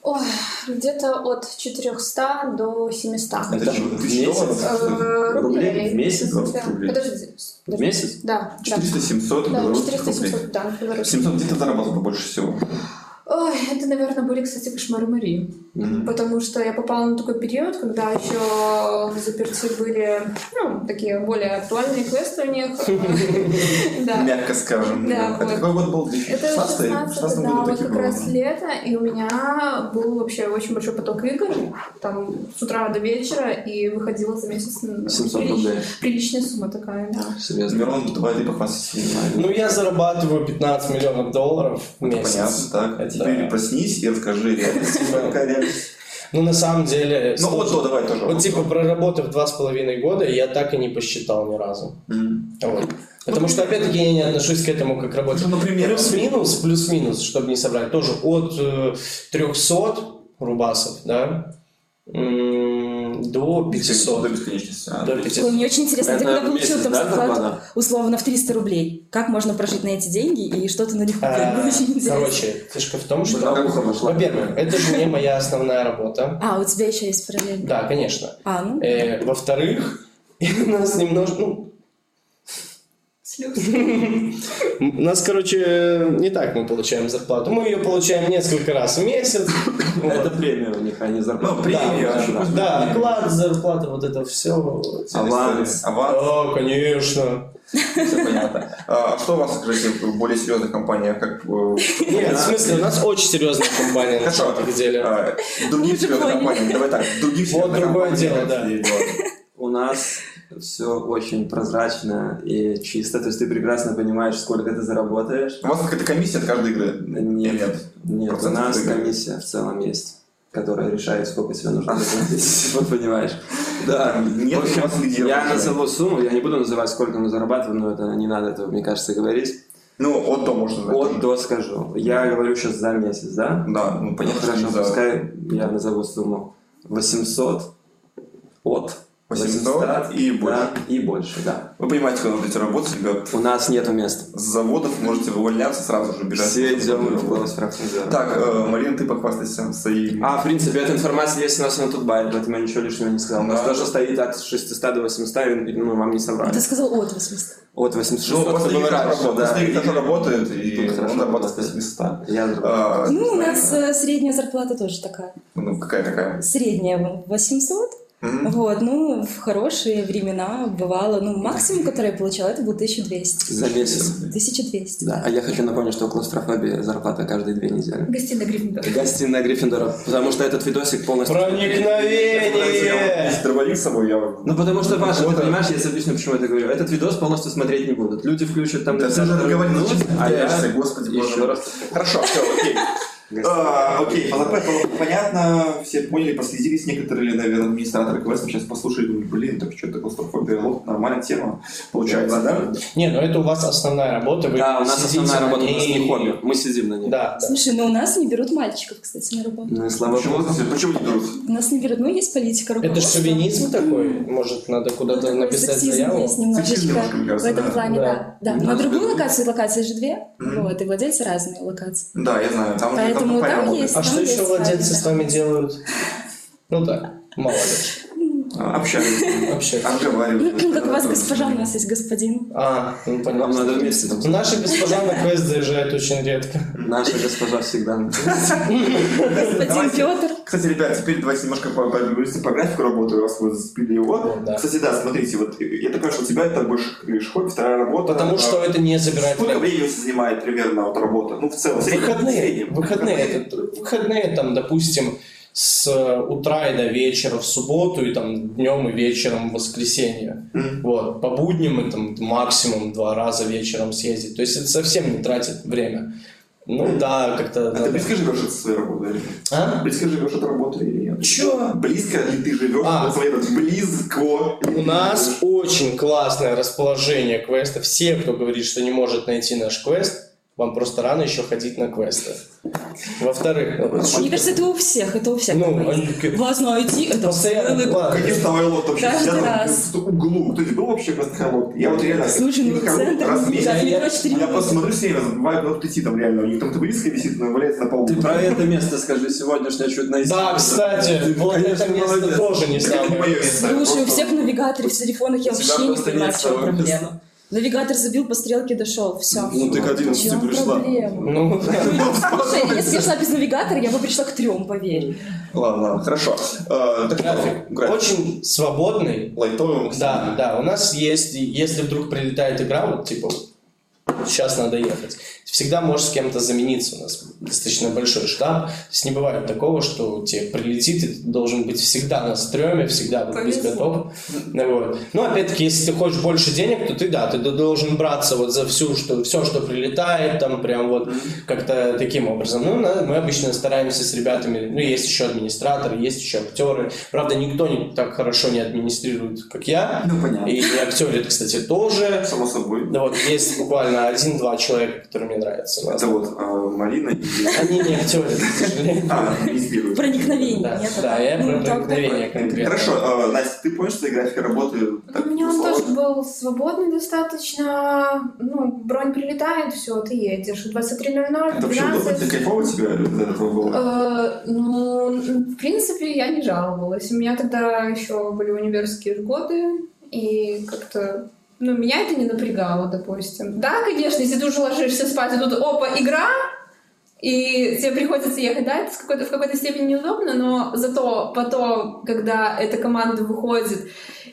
S3: Ой, где-то от 400 до 700.
S1: Это что,
S5: в
S1: тысяча
S5: месяц?
S1: долларов? Что это?
S3: Э,
S5: Рублей в месяц?
S3: Да.
S1: 20 рублей.
S3: Подожди.
S5: В
S3: подожди.
S5: месяц?
S3: Да, да.
S1: 400-700
S3: Да,
S1: белорусских рублей.
S3: 400-700, да, белорусских.
S1: 700 где ты зарабатывала больше всего?
S3: Ой, это, наверное, были, кстати, кошмары Марии. Потому что я попала на такой период, когда еще в заперти были, ну, такие более актуальные квесты у них. Да.
S1: Мягко скажем.
S3: Да,
S1: Это
S3: вот.
S1: какой год был?
S3: Это
S1: 2016
S3: 16 да,
S1: году
S3: вот
S1: такие
S3: как
S1: было,
S3: раз
S1: да.
S3: лето, и у меня был вообще очень большой поток игр, там с утра до вечера, и выходила за месяц
S1: А,
S3: ну,
S5: 700
S3: прилич-
S5: рублей.
S3: приличная сумма такая, да.
S5: Серьезно.
S1: Мирон, давай ты похвастайся.
S6: Ну, я зарабатываю 15 миллионов долларов в месяц.
S1: Понятно, так. А
S6: Это-
S1: теперь проснись и расскажи реальность.
S6: Да.
S1: Какая реальность?
S6: Ну, на самом деле...
S1: Ну, вот
S6: сложно.
S1: то давай тоже.
S6: Вот, типа, проработав два с половиной года, я так и не посчитал ни разу.
S1: Мгм.
S6: Вот. Потому что, опять-таки, я не отношусь к этому как к работе.
S1: Ну, например.
S6: Плюс-минус, плюс-минус, чтобы не собрать. Тоже от э, 300 рубасов, да, м, до 500.
S1: До бесконечности. а.
S6: До
S7: Ой,
S6: 500.
S7: мне очень интересно,
S5: Это
S7: ты когда
S5: в
S7: получил
S5: месяц,
S7: там
S5: да,
S7: зарплату,
S5: зарплата?
S7: условно, в 300 рублей, как можно прожить на эти деньги и что ты на них купил?
S6: А,
S7: Мне очень интересно.
S6: Короче, фишка в том, что...
S1: Бытовуха пошла.
S6: Во-первых, это же не моя основная работа.
S7: А, у тебя еще есть параллельно.
S6: Да, конечно.
S7: А, ну,
S6: Э, Во-вторых, у нас немножко, ну,
S3: Слюз.
S6: у нас, короче, э, не так мы получаем зарплату. Мы ее получаем несколько раз в месяц. Вот.
S5: Ну, Это премия у них, а не зарплата.
S1: Ну, премия,
S5: Да,
S1: вообще
S5: да,
S1: пусть-
S5: да.
S6: Да, оклад, зарплата, вот это все.
S1: Аванс. А,
S5: А,
S1: Аванс.
S6: Да, конечно.
S1: Все понятно. А а что у вас, скажите, в более серьезных компаниях, как э,
S6: Нет, в смысле, у нас очень серьезная компания на
S1: Хорошо.
S6: самом деле.
S1: а, в других серьезных компаниях? Давай так, в других
S6: Вот
S1: серьезных
S6: другое
S1: компаниях
S6: дело,
S1: как
S6: да.
S1: сидеть было?
S5: У нас все очень прозрачно и чисто, то есть ты прекрасно понимаешь, сколько ты заработаешь.
S1: У вас какая-то комиссия от каждой игры? Или
S5: Нет, нет, у
S1: Процент
S5: нас
S1: выиграет.
S5: комиссия в целом есть, которая решает, сколько тебе нужно заплатить, вот понимаешь. Да,
S1: Нет,
S5: в общем,
S1: у вас лидирует.
S5: я назову сумму, я не буду называть, сколько мы зарабатываем, но это не надо этого, мне кажется, говорить.
S1: Ну, от до можно назвать.
S5: От до скажу. Я говорю сейчас за месяц, да?
S1: Да, ну, понятно, что
S5: Хорошо,
S1: не за-
S5: пускай я назову сумму 800 от
S1: 800 и
S5: да,
S1: больше.
S5: и больше, да.
S1: Вы понимаете, когда будете работать, ребят,
S5: У нас нету места.
S1: с заводов можете увольняться сразу же, бежать.
S5: Все идем в голос профессора.
S1: Так, э, Марина, ты похвастайся своим...
S5: А, в принципе, эта информация есть у нас на Тутбай, поэтому я ничего лишнего не сказал. У нас
S1: Да.
S5: тоже стоит от 600 до 800, и, ну, вам не соврали.
S7: ты сказал от 800.
S5: От
S1: Ну,
S5: 800 это
S1: Игорь
S5: было раньше,
S1: работает,
S5: да.
S1: просто Игорь
S5: И-
S1: тоже работает, и
S5: Тут хорошо
S1: он работает
S5: работает.
S1: с 800.
S5: Я заработал.
S1: А,
S7: Ну, у нас э, средняя зарплата тоже такая.
S1: Ну, какая-какая.
S7: Средняя 800.
S1: Мгм.
S7: Вот, ну, в хорошие времена бывало, ну, максимум, который я получала, это был 1200.
S5: За месяц.
S7: 1200.
S5: Да, а я хочу напомнить, что у клаустрофобии зарплата каждые две недели.
S3: Гостиная Гриффиндор.
S5: Гостиная Гриффиндора, потому что этот видосик полностью...
S6: Проникновение!
S1: Если дробовик с собой, я...
S5: Ну, потому что, Паша,
S1: Вот
S5: ты
S1: это.
S5: понимаешь, я тебе объясню, почему я это говорю. Этот видос полностью смотреть не будут. Люди включат там...
S1: Да ты уже говорил, ну,
S5: а я...
S1: господи, боже
S5: Еще
S1: мой.
S5: раз.
S1: Хорошо, все, окей. А, Окей, ПЗП, было понятно, все поняли, проследились. Некоторые, наверное, администраторы квестов сейчас послушали, думают, блин, так что-то клаустрофобия, лох, нормальная тема получается, да?
S6: Не, ну это у вас основная работа. Вы
S5: Да, у нас
S6: сидите
S5: основная
S6: на
S5: работа, у нас
S6: ней.
S5: не хобби. Мы сидим на ней.
S6: Да, да.
S7: Слушай, ну у нас не берут мальчиков, кстати, на работу.
S5: Ну и слава
S1: Почему,
S5: богу.
S1: почему не берут?
S7: У нас не берут, ну, есть политика
S6: Это ж
S7: руководства.
S6: шовинизм такой. Может, надо куда-то
S7: Такой
S6: написать
S7: сексизм
S6: заяву?
S7: есть немножечко
S1: Сексизм немножко, мне кажется,
S7: в этом
S1: да.
S7: плане, да. да.
S5: Да.
S7: Но
S5: Ну,
S7: другую
S5: да.
S7: локацию, локации же две,
S1: Мгм.
S7: вот, и владельцы разные локации.
S1: Да, я знаю, там уже
S7: Поэтому
S1: компания
S7: там
S1: работает.
S7: есть.
S6: А что
S7: есть
S6: еще владельцы
S7: правильно.
S6: с вами делают? Ну так, мало ли.
S1: А, Общаются,
S6: Вообще.
S1: обговаривают.
S7: Ну, Как у вас госпожа, у нас есть господин.
S6: А, ну
S5: Вам
S6: понятно.
S5: надо вместе там.
S6: Наша госпожа на квест заезжает очень редко.
S5: Наша госпожа всегда.
S7: Господин
S1: Давайте.
S7: Петр.
S1: Кстати, ребят, теперь давайте немножко по- по- по графику работы, раз вы зацепили его.
S6: Да.
S1: Кстати, да, смотрите, вот э, я так понимаю, что у тебя это больше лишь хобби, вторая работа. А
S6: Потому что это не забирает
S1: Сколько
S6: время.
S1: времени у тебя занимает примерно вот работа? Ну, в целом, в среднем. в
S6: Выходные.
S1: среднем.
S6: Выходные. это- Выходные там, допустим, с утра и до вечера в субботу и там днем и вечером в воскресенье.
S1: Мгм.
S6: Вот. По будням мы там максимум два раза вечером съездить. То есть это совсем не тратит время. Ну да, как-то...
S1: А
S6: надо-
S1: ты близко живешь от своей работы? или нет?
S6: А?
S1: Близко живешь от работы или нет?
S6: Чё?
S1: Близко ли ты живешь?
S6: А.
S1: Вот смотри, вот близко.
S6: У нас очень классное расположение квеста. Все, кто говорит, что не может найти наш квест, вам просто рано еще ходить на квесты. Во-вторых,
S1: Ну,
S7: Мне кажется, это у всех, это у всех.
S6: ну, они такие,
S7: Вас найти, это целый...
S1: Ну,
S6: постоянно, ладно.
S1: Каким стал Айлот вообще?
S7: Каждый
S1: сидят
S7: раз.
S1: В углу. Кто был вообще просто Айлот? Я вот реально...
S7: Слушай, ну
S1: их как будто
S7: центр,
S1: раз в месяц.
S7: да,
S6: Я-
S7: метро
S1: Я
S7: 4.
S1: просто смотрю все время, забываю куда прийти там реально. У них там табличка висит, она валяется на полу.
S5: Ты про это место скажи сегодняшнее чуть на
S6: Да, кстати, вот это место тоже не
S1: Это не
S6: самое.
S1: мое место.
S7: Слушай, у
S1: Просто-
S7: всех навигаторов в телефонах я
S5: У тебя
S7: вообще не
S5: просто
S7: понимаю,
S5: нет
S7: в чем
S5: своего
S7: проблема. Навигатор забил, по стрелке дошел, все.
S5: Ну ты к 11
S7: чем
S5: пришла.
S7: проблема?
S6: Ну,
S7: Слушай, если бы я шла без навигатора, я бы пришла к трем, поверь.
S1: Ладно, ладно, хорошо. Э, Так
S6: график. Очень свободный,
S1: Лайтовый.
S6: Да, да, у нас есть, и если вдруг прилетает игра, вот типа, сейчас надо ехать. всегда можешь с кем-то замениться. У нас достаточно большой штаб. То есть не бывает такого, что тебе прилетит, и ты должен быть всегда на стреме, всегда быть
S3: Повезло.
S6: готов. Ну, вот. Но опять-таки, если ты хочешь больше денег, то ты да, ты должен браться вот за всю, что все, что прилетает, там прям вот как-то таким образом. Ну, на- мы обычно стараемся с ребятами, ну, есть еще администраторы, есть еще актеры. Правда, никто не, так хорошо не администрирует, как я.
S1: Ну, понятно.
S6: И актеры, кстати, тоже.
S1: Само собой.
S6: Да Ну вот, есть буквально один-два человека, которые мне нравятся.
S1: Это вот э, Марина и...
S6: Они не актеры, к сожалению.
S1: А, администрирует.
S7: Проникновение.
S6: Да,
S7: нет?
S6: да, я про
S3: Ну, так,
S6: проникновение конкретно.
S1: Хорошо, э, Настя, ты помнишь свои графики работы?
S7: Ну,
S1: Так,
S3: У меня он
S1: условно?
S3: тоже был свободный достаточно. Ну, бронь прилетает, все, ты едешь. 23.00,
S1: Это вообще удобно? Ты
S3: 12.
S1: кайфово тебе от этого было?
S3: Э, Ну, в принципе, я не жаловалась. У меня тогда еще были универские годы, и как-то ну, меня это не напрягало, допустим. Да, конечно, если ты уже ложишься спать, и тут опа, игра, и тебе приходится ехать, да, это с какой-то- в какой-то степени неудобно, но зато потом, когда эта команда выходит,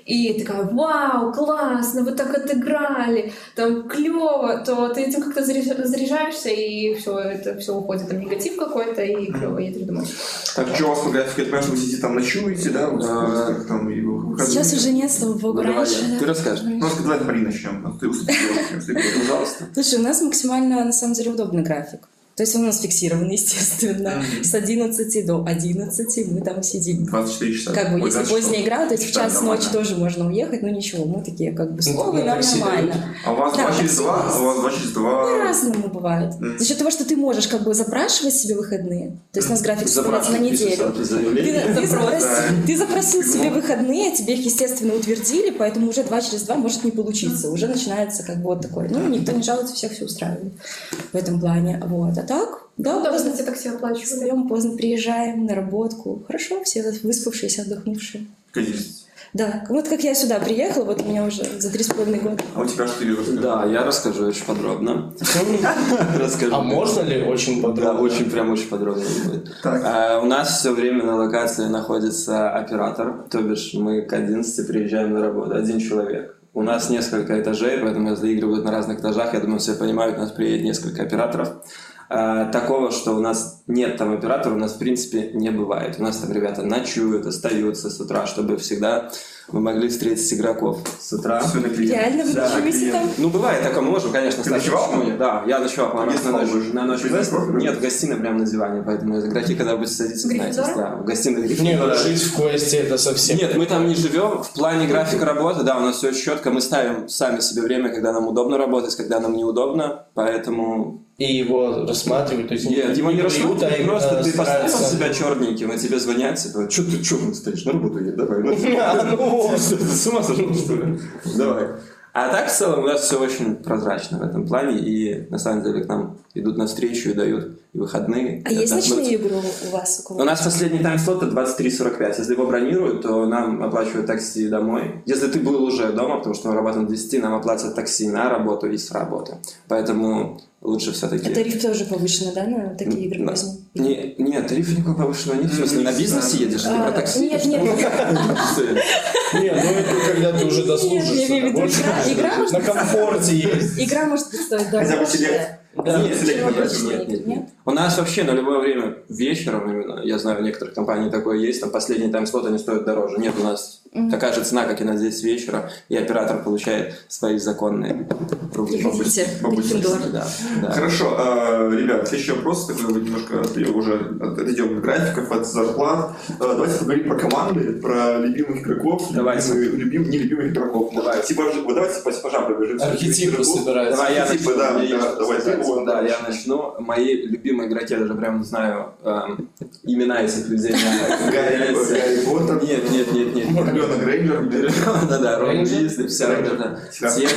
S3: и такая, вау, классно, вы так отыграли, там клево, то ты этим как-то заряж- заряжаешься, и все, это все уходит, там негатив какой-то, и клево едешь домой.
S1: Так, что у вас по графике? Я понимаю, что вы сидите там ночуете, да? вот,
S5: Да.
S1: в курсах там и в выходные.
S7: Сейчас уже нет, слава богу,
S5: Ну, давай,
S7: раньше.
S5: Лен,
S7: да.
S5: Ты расскажешь.
S1: Ну, вот давай с Мариной начнем. а Ты уступила, уступила.
S5: Пожалуйста.
S7: Слушай, у нас максимально, на самом деле, удобный график. То есть он у нас фиксирован, естественно. С 11 до 11 мы там сидим.
S1: 24 часа.
S7: Как бы,
S1: Ой,
S7: если
S1: 24.
S7: поздняя игра, то есть в
S1: Да,
S7: час
S1: нормально.
S7: ночи тоже можно уехать, но ничего, мы такие как бы
S6: Ну,
S7: словы,
S6: на
S7: нам
S6: такси
S7: нормально.
S1: А у вас
S7: Да, Ну,
S1: 2 через
S7: такси
S1: 2?
S7: есть.
S1: У вас 2 через
S5: А,
S1: 2?
S7: По-разному бывает.
S1: Мгм.
S7: За счет того, что ты можешь как бы запрашивать себе выходные, то есть у нас график становится на
S5: Запрашивай,
S7: неделю.
S5: пишешь а
S7: Ты,
S5: заявление.
S7: ты запросил, ты запросил
S1: Ну.
S7: себе выходные, тебе их, естественно, утвердили, поэтому уже два через два может не получиться. Уже начинается как бы вот такой. Ну, никто не жалуется, всех все устраивает в этом плане. Вот. А так, да,
S3: Ну, да,
S7: поздно
S3: кстати, такси оплачивали.
S7: встаем, поздно приезжаем на работку. Хорошо, все выспавшиеся, отдохнувшие.
S1: Конечно.
S7: Да, вот как я сюда приехала, вот у меня уже за три с половиной года.
S1: А у тебя что, Юра? скажи?
S5: Да, я расскажу очень подробно. Расскажу.
S6: А можно ли очень
S5: Да,
S6: подробно?
S5: очень, прям очень подробно будет.
S1: Так.
S5: Э, У нас все время на локации находится оператор, то бишь мы к 11 приезжаем на работу, один человек. У нас несколько этажей, поэтому если игры будут на разных этажах, я думаю, все понимают, у нас приедет несколько операторов. Э, Такого, что у нас нет там оператора, у нас в принципе не бывает. У нас там ребята ночуют, остаются с утра, чтобы всегда мы могли встретить игроков с утра.
S1: Все на клиент.
S7: Реально, вы
S1: Да,
S7: ничего себе
S1: клиент.
S7: там.
S5: Ну, бывает такое, мы можем, конечно,
S1: Ты
S5: Саша,
S1: ночевал?
S5: почему нет? Да, я ночевал пару
S1: Ты
S5: раз
S1: не
S5: на
S1: спал
S5: ночь.
S1: больше?
S5: На ночь
S1: Ты не
S5: выезд.
S1: спал?
S5: Нет, в гостиной прямо на диване, поэтому игроки, когда будете садиться, знаете,
S3: Гриффиндора?
S5: да, в гостиной
S6: Не, ну,
S5: Гриффиндора.
S6: жить в квесте это совсем.
S5: Нет, мы там не живем. В плане графика работы, да, у нас все четко. Мы ставим сами себе время, когда нам удобно работать, когда нам неудобно. Поэтому
S6: И его рассматривают. То есть
S5: нет, его не
S6: дают, а
S5: рассматривай,
S6: именно
S5: просто ты поставил
S6: стараются.
S5: себя черненьким, и тебе звонят, типа, что ты, что ты стоишь, на работу едешь, давай. ну».
S6: А, ну вот.
S5: Ты с ума сошел, что ли? Давай. А так, в целом, у нас все очень прозрачно в этом плане, и на самом деле к нам идут навстречу и дают и выходные.
S7: А
S5: и
S7: есть
S5: отдохнуть.
S7: ночные игры у вас у
S5: У
S7: кого?
S5: нас последний тайм-слот это 23.45. Если его бронируют, то нам оплачивают такси домой. Если ты был уже дома, потому что мы работаем до 10, нам оплатят такси на работу и с работы. Поэтому лучше все-таки...
S7: А тариф тоже повышен, да, на такие игры
S5: ну, Да.
S7: поздние?
S5: Не, нет, тариф никакого повышенного нет. В смысле, на бизнесе едешь, а ты
S7: А,
S5: про такси?
S7: Нет, нет, нет,
S6: Не, ну это когда ты уже
S7: я
S6: дослужишься.
S7: имею в виду,
S6: больше
S7: игра-
S6: не
S7: игра
S6: На
S7: может-
S6: комфорте есть.
S7: игра может
S1: Хотя
S7: стоить
S1: бы
S7: дороже.
S1: сидеть.
S6: Да.
S5: Нет,
S1: Сидеть
S5: нет,
S1: на
S5: нет,
S1: даче.
S5: нет, нет, нет. У нас вообще на любое время вечером именно, я знаю, в некоторых компаниях такое есть, там последний тайм-слот, они стоят дороже. Нет, у нас
S7: Мгм.
S5: такая же цена, как и на 10 вечера, и оператор получает свои законные рубли.
S7: Приходите,
S1: бабушки,
S7: Гриффиндор.
S5: Да, да.
S1: Хорошо, э, ребят, следующий вопрос, такой вот немножко от- уже от- отойдем от графиков, от зарплат. Э, Давайте поговорим про команды, про любимых игроков,
S5: Давайте.
S1: любимых- любим- нелюбимых игроков.
S5: Давайте.
S1: Типажи- вот давайте по типажам пробежимся.
S6: Архетипы
S1: Игроков.
S6: собираются.
S5: Давай я
S1: Типа,
S5: начну.
S1: да,
S5: Мне
S1: да, давай,
S5: есть что
S1: ты,
S5: сказать.
S1: вот,
S5: Да,
S1: да.
S5: я начну. Мои любимые игроки, я даже прям знаю эм, имена этих людей.
S1: Гарри, Гарри Поттер.
S5: Нет, нет, нет, нет.
S1: Лена Грейнджер.
S5: Да-да, Рон
S6: Рейнджер?
S5: Гизли, вся вот эта
S1: Да.
S5: тема.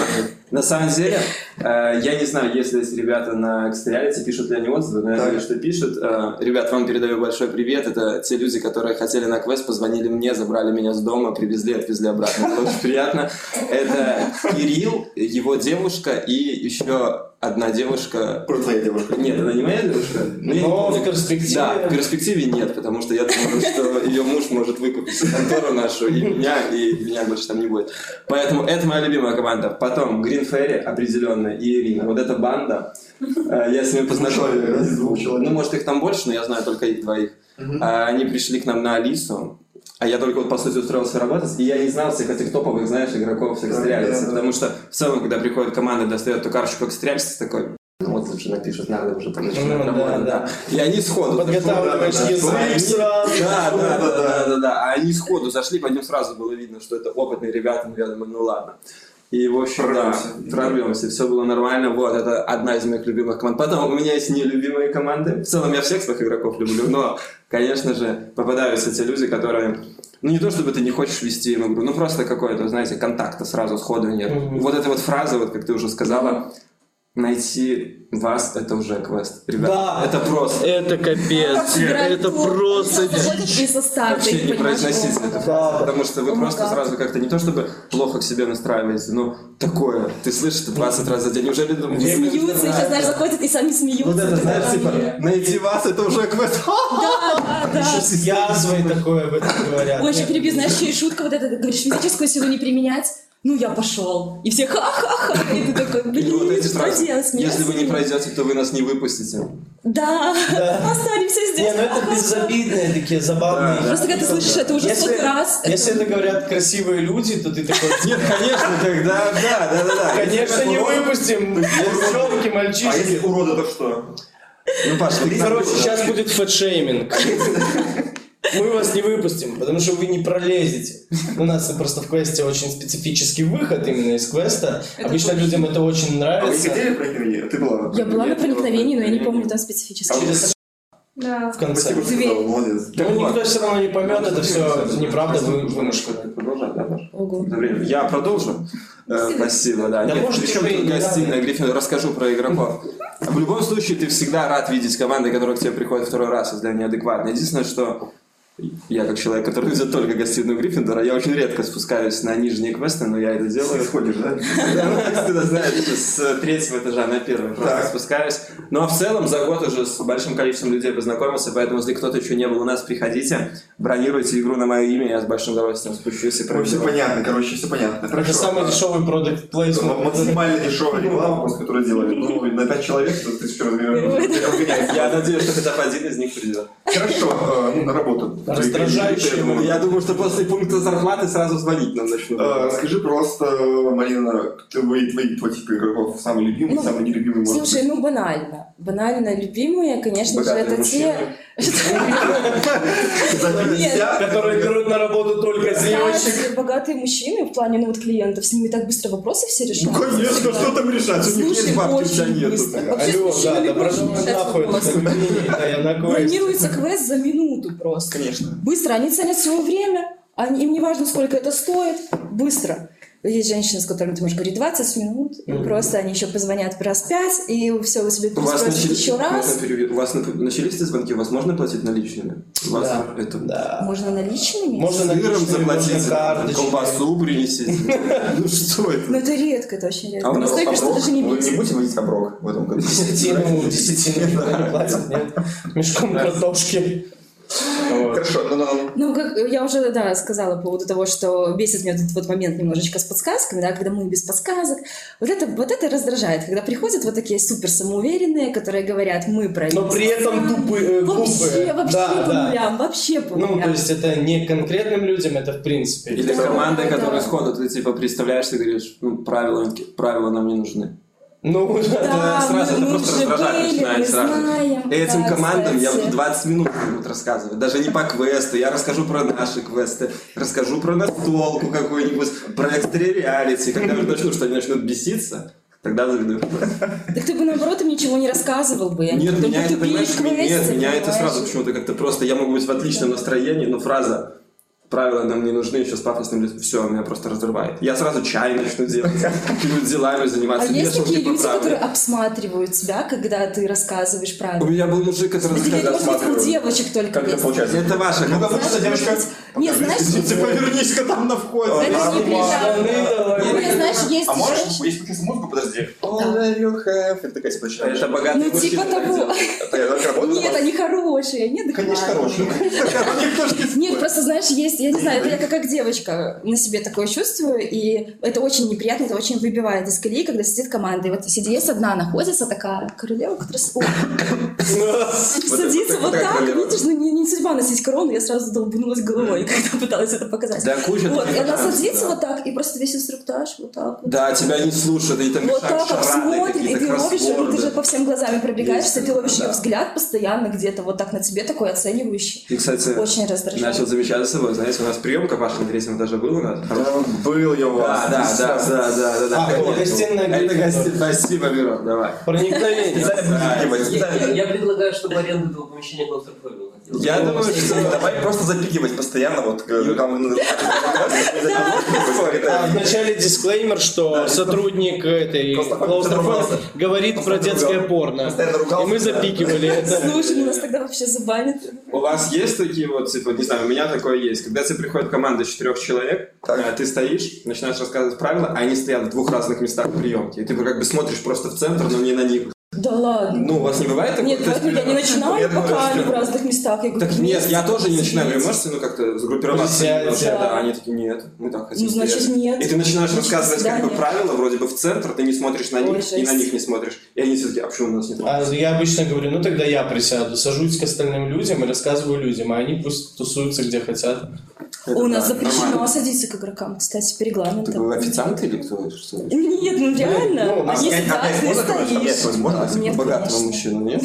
S5: На самом деле, э, я не знаю, если эти ребята на Экстериалите пишут ли они отзывы, но я
S1: Так.
S5: знаю, что пишут. Э, Ребят, вам передаю большой привет. Это те люди, которые хотели на квест, позвонили мне, забрали меня с дома, привезли, отвезли обратно. Это Очень приятно. Это Кирилл, его девушка и еще одна девушка...
S1: Про твоя девушка.
S5: Нет, она не моя девушка. я не
S2: Но
S5: помню.
S2: в перспективе...
S5: Да, в перспективе нет, потому что я думаю, что ее муж может выкупить контору нашу и меня, и меня больше там не будет. Поэтому это моя любимая команда. Потом Green Fairy определенно и Ирина. Вот эта банда, э, я с ними
S1: человек, да,
S5: познакомился.
S1: из двух человек.
S5: Ну, может, их там больше, но я знаю только их двоих. А Они пришли к нам на Алису, а я только вот, по сути, устроился работать, и я не знал всех этих топовых, знаешь, игроков, всех
S1: Да,
S5: стреляльцев,
S1: да, да.
S5: потому что в целом, когда приходит команда, достает эту карточку как стреляльцев, такой, ну вот лучше напишут, надо уже там начинать
S2: Ну, да,
S5: работать,
S2: да.
S5: да. И они сходу...
S2: Подготавливаешь
S1: Да, да, да.
S2: язык сразу.
S5: Да, да, да,
S1: да.
S5: да, да, да. А они сходу зашли, по ним сразу было видно, что это опытные ребята, ну я думаю, ну ладно. И, в общем,
S1: Прорвемся.
S5: да, прорвемся, все было нормально, вот, это одна из моих любимых команд. Потом у меня есть нелюбимые команды, в целом я всех своих игроков люблю, но, конечно же, попадаются те люди, которые, ну не то чтобы ты не хочешь вести им игру, ну просто какое-то, знаете, контакта сразу сходу нет.
S2: Мгм.
S5: Вот эта вот фраза, вот как ты уже сказала, найти вас, это уже квест, ребята,
S2: Да.
S5: это просто.
S6: Это капец. Это просто...
S7: Заходишь и составь.
S5: Вообще
S7: ты
S5: не
S7: понимаешь,
S5: произносите
S7: о,
S5: это,
S2: Да.
S5: потому что вы
S7: О,
S5: просто
S7: да.
S5: сразу как-то не то чтобы плохо к себе настраиваете, но такое. Ты слышишь это 20 раз за день. Неужели ну, ты
S7: И смеются, еще, знаешь, заходят и сами смеются.
S5: Вот это, знаешь, типа, найти вас, это уже квест.
S7: Да, да.
S2: Еще с язвой такое об этом говорят.
S7: Ой, еще
S2: Нет.
S7: перебью, знаешь, еще и шутка вот эта, ты говоришь, физическую силу не применять, ну я пошел. И все ха-ха-ха, и ты такой,
S5: И вот
S7: блин,
S5: эти
S7: что
S5: фразы.
S7: делать?
S5: Если вы не
S7: Смеяться.
S5: пройдете, то вы нас не выпустите.
S7: Да,
S2: Да.
S7: останемся здесь.
S2: Не, ну это безобидные такие забавные.
S5: Да, да.
S7: Просто когда ты слышишь это уже
S2: Если-
S7: сотый раз,
S2: Если это говорят красивые люди, то ты такой,
S5: Нет, конечно, тогда, да, да, да, да.
S2: конечно, не
S1: урод.
S2: выпустим. Девчонки,
S1: А
S2: мальчишки.
S1: если урода, то что?
S5: Ну, Паш, ты
S6: Короче, сейчас будет фэтшейминг.
S2: Мы вас не выпустим, потому что вы не пролезете. У нас просто в квесте очень специфический выход именно из квеста. Обычно людям это очень
S1: А вы
S2: нравится.
S1: сидели проникновение? Ты была?
S7: я была на
S5: Нет, ну,
S7: проникновении, но я не
S5: проникновение.
S7: помню там
S5: А
S7: специфически.
S2: Через
S3: Да.
S2: в конце.
S1: Спасибо, что сказала,
S7: Дверь.
S1: молодец.
S2: Ну, никто все равно не поймет, это все неправда, вы вымышленно.
S5: Продолжать, да, Паш?
S7: Ого.
S5: За время. Я продолжу. Э, Спасибо, да.
S2: Да
S5: Нет,
S2: может,
S5: причем
S2: ты
S5: тут
S2: и не
S5: гостиная, Гриффин, расскажу про игроков. В любом случае, ты всегда рад видеть команды, которые к тебе приходят второй раз, если они адекватны. Единственное, что я как человек, который ведет только гостиную Гриффиндора, я очень редко спускаюсь на нижние квесты, но я это
S1: Ты
S5: делаю.
S1: сходишь, да?
S5: Да, ну, как ты знаешь, с третьего этажа на первый просто
S1: Так.
S5: спускаюсь. Ну, а в целом за год уже с большим количеством людей познакомился, поэтому, если кто-то еще не был у нас, приходите, бронируйте игру на мое имя, я с большим удовольствием спущусь и
S1: Ну, все
S5: проведу.
S1: понятно, короче, все понятно.
S2: Это
S1: Хорошо.
S2: самый
S1: А,
S2: дешевый продукт
S1: м-
S2: плейсмент.
S1: Максимально дешевая реклама, просто которую делали. Ну, на пять человек, то ты все
S5: Я
S1: разгоняешься.
S5: надеюсь, что хотя бы один из них придет.
S1: Хорошо, э, ну, на работу.
S2: Раздражающие
S1: Я думаю,
S5: Я думаю, что после пункта зарплаты сразу звонить нам начнут.
S1: Э, Расскажи просто, Марина, кто вы, твои два типа игроков, самый любимый,
S7: Ну,
S1: самый нелюбимый, может
S7: Слушай, ну банально. Банально любимые, конечно же,
S1: Богатые
S7: это
S1: мужчины.
S7: те... ну,
S1: быть, за
S7: Нет.
S1: 50?
S2: Которые берут на работу только девочек.
S7: Знаешь, Богатые мужчины в плане ну вот клиентов, с ними так быстро вопросы все
S1: Ну,
S7: решают.
S1: конечно, что там решать? У них
S7: Слушай,
S1: есть бабки, у тебя
S7: очень
S1: нету.
S7: быстро. Вообще с
S2: Алло, да,
S7: мужчинами
S2: да
S7: можно
S2: пошел
S7: решать
S2: нахуй,
S7: вопрос.
S2: это такой, да, я на квест.
S7: Планируется квест за минуту просто.
S1: Конечно.
S7: Быстро, они ценят свое время, они, им не важно, сколько это стоит, быстро. Есть женщины, с которыми ты можешь говорить 20 минут, и просто они еще позвонят раз 5, и все, вы себе
S5: У вас,
S7: переспросите
S5: начались,
S7: еще раз.
S5: Можно перевью- у вас нап- начались эти звонки? У вас можно платить наличными? У вас
S2: Да.
S5: это...
S2: Да.
S7: Можно наличными?
S2: Можно на
S5: Сыром заплатить,
S2: можно карточкой.
S5: колбасу принесите. Ну что это?
S7: Но это редко, это очень редко.
S5: А у
S7: Ну,
S5: нас
S7: столько, что
S1: Оброк?
S7: даже не
S1: Вы не
S7: бесит.
S1: будете водить оброк в этом году?
S2: Десятину, десятину никто не платит, нет? Мешком картошки. Вот.
S1: Хорошо, ну, ну,
S7: Ну, как я уже, да, сказала по поводу того, что бесит меня этот вот момент немножечко с подсказками, да, когда мы без подсказок. Вот это, вот это раздражает, когда приходят вот такие супер самоуверенные, которые говорят, мы пройдем.
S2: Но при этом тупые, э,
S7: Вообще,
S2: глупые.
S7: вообще
S2: Да,
S7: по
S2: да.
S7: нулям, вообще по
S2: Ну, то
S7: нулям.
S2: есть это не конкретным людям, это в принципе.
S5: Или команды,
S7: да.
S5: которые сходу, ты типа представляешься и говоришь, ну, правила, они такие, правила нам не нужны.
S2: Ну,
S7: Да,
S5: Это сразу,
S7: мы,
S5: это
S7: мы
S5: просто
S7: уже
S5: раздражать
S7: были,
S5: начинает
S7: мы
S5: сразу.
S7: знаем.
S5: Этим
S7: да,
S5: командам я буду
S7: кстати.
S5: 20 минут будут рассказывать. Даже не по квесту. Я расскажу про наши квесты. Расскажу про настолку какую-нибудь, про экстра-реалити. Когда уже начну, что они начнут беситься, тогда заведу.
S7: Так ты бы, наоборот, им ничего не рассказывал бы.
S5: Нет,
S7: Только
S5: меня это,
S7: тупик
S5: понимаешь,
S7: квесты,
S5: нет, меня это
S7: понимаешь?
S5: сразу почему-то как-то просто... Я могу быть в отличном настроении, но фраза правила нам не нужны еще с пафосным лицом. Все, меня просто разрывает. Я сразу чай начну делать, перед делами
S7: А
S5: заниматься.
S7: есть
S5: вешалки
S7: такие люди,
S5: поправлю.
S7: которые обсматривают тебя, когда ты рассказываешь
S5: У
S7: правила?
S5: меня был мужик, который
S7: Или,
S5: рассказал.
S7: может быть, у девочек только
S1: Как это
S7: есть.
S1: получается?
S5: Это ваша
S1: Ну, как
S5: концепция.
S1: будто девочка...
S7: Нет,
S1: Покажи,
S7: знаешь,
S1: извините, повернись-ка там на входе.
S7: Это
S1: А,
S7: не
S1: ну,
S7: приятно.
S1: ладно.
S7: Ну, я, знаешь, есть
S1: А можешь,
S7: женщины-
S1: если включить музыку, подожди. All that you have. Это такая типа начинает.
S5: Это богатый
S7: Ну,
S5: мужчина
S7: типа
S5: так
S7: того.
S5: делает.
S1: Это я так работаю,
S7: Нет,
S1: да?
S7: они хорошие, они
S1: Конечно,
S7: адекватные.
S1: хороший. Никто же не
S7: Нет,
S1: спорит.
S7: просто, знаешь, есть, я не знаю, это я как, как девочка на себе такое чувствую, и это очень неприятно, это очень выбивает из колеи, когда сидит команда, и вот сидит, есть одна находится такая королева, которая с- о, садится
S5: вот
S7: вот
S5: такая
S7: так,
S5: королева.
S7: видишь, ну не, не судьба носить корону, я сразу долбнулась головой, когда пыталась это показать.
S5: Да, куча
S7: Вот, и
S5: таких
S7: она
S5: вариантов,
S7: садится
S5: да.
S7: вот так, и просто весь инструктаж вот так вот.
S5: Да, тебя не слушают, и там
S7: Вот
S5: мешают
S7: так вот
S5: шарады,
S7: смотрит, и
S5: какие-то
S7: ты ловишь, её,
S5: кроссворды.
S7: ты же по всем глазами пробегаешься,
S5: Есть,
S7: ты ловишь
S5: да.
S7: ее взгляд постоянно где-то вот так на тебе такой оценивающий.
S5: Ты, кстати,
S7: Очень раздражает.
S5: начал замечать за собой, знаете, у нас приемка ваша на третьем этаже была у нас.
S1: Да, Был я у
S5: Да,
S1: вас.
S5: да, да, да, да, да, да.
S2: А, вот, гостиная
S5: Это
S2: Гриффиндора.
S5: гости- Спасибо, Мирон, давай.
S2: Проникновение.
S1: Запихивать.
S8: Я, я предлагаю, чтобы аренда этого помещения клаустрофобия выходила.
S5: Я думаю, что...
S1: Давай просто запихивать постоянно, вот к- там, ну,
S6: А,
S1: запихивать.
S6: Вначале дисклеймер, что сотрудник этой
S1: Клаустрофобия
S6: клаустрофобии
S1: ругался.
S6: говорит про
S1: Постоянно
S6: детское
S1: ругался.
S6: порно.
S1: Постоянно
S6: И
S1: ругался,
S6: мы
S1: да.
S6: запикивали это.
S7: Слушай, ну нас тогда вообще забанят.
S5: У вас есть такие вот, типа, не знаю, у меня такое есть. Когда тебе приходит команда из четырех человек,
S1: Так.
S5: а, ты стоишь, начинаешь рассказывать правила, а они стоят в двух разных местах приемки. И ты как бы смотришь просто в центр, но не на них.
S7: Да ладно.
S5: Ну, у вас не бывает такого?
S7: Нет,
S5: То есть,
S7: поэтому я не
S5: примерно- Я
S7: начинаю,
S5: думаю,
S7: пока
S5: что-
S7: они в разных местах. Я говорю,
S5: Так нет, я
S7: вместе
S5: тоже не начинаю. Говорю,
S7: сидеть.
S5: можете, ну, как-то сгруппироваться?
S6: Присядьте.
S5: немножко?»
S7: Да.
S5: Да, они такие, нет, мы так хотим.
S7: Ну, значит,
S5: стоять».
S7: нет.
S5: И ты начинаешь
S7: Значит,
S5: рассказывать как бы
S7: свидание.
S5: правила, вроде бы в центр, ты не смотришь на
S7: Ой,
S5: них, и на
S7: жесть.
S5: них не смотришь. И они все-таки, а почему у нас нет?
S6: А я обычно говорю, ну тогда я присяду, сажусь к остальным людям и рассказываю людям, а они пусть тусуются где хотят.
S5: Это
S7: У
S5: да,
S7: нас запрещено
S5: нормально.
S7: садиться к игрокам, кстати, по
S5: Ты был
S7: регламенту.
S5: официант А, или кто? Что ли?
S7: Нет, ну реально.
S6: ну,
S7: Они
S1: опять-
S7: сидят,
S1: опять
S7: ты
S1: можно говорить? Опять
S7: стоишь.
S1: возможно?
S7: Нет,
S5: Типа Богатого
S7: конечно.
S5: мужчину,
S6: Ну,
S5: нет?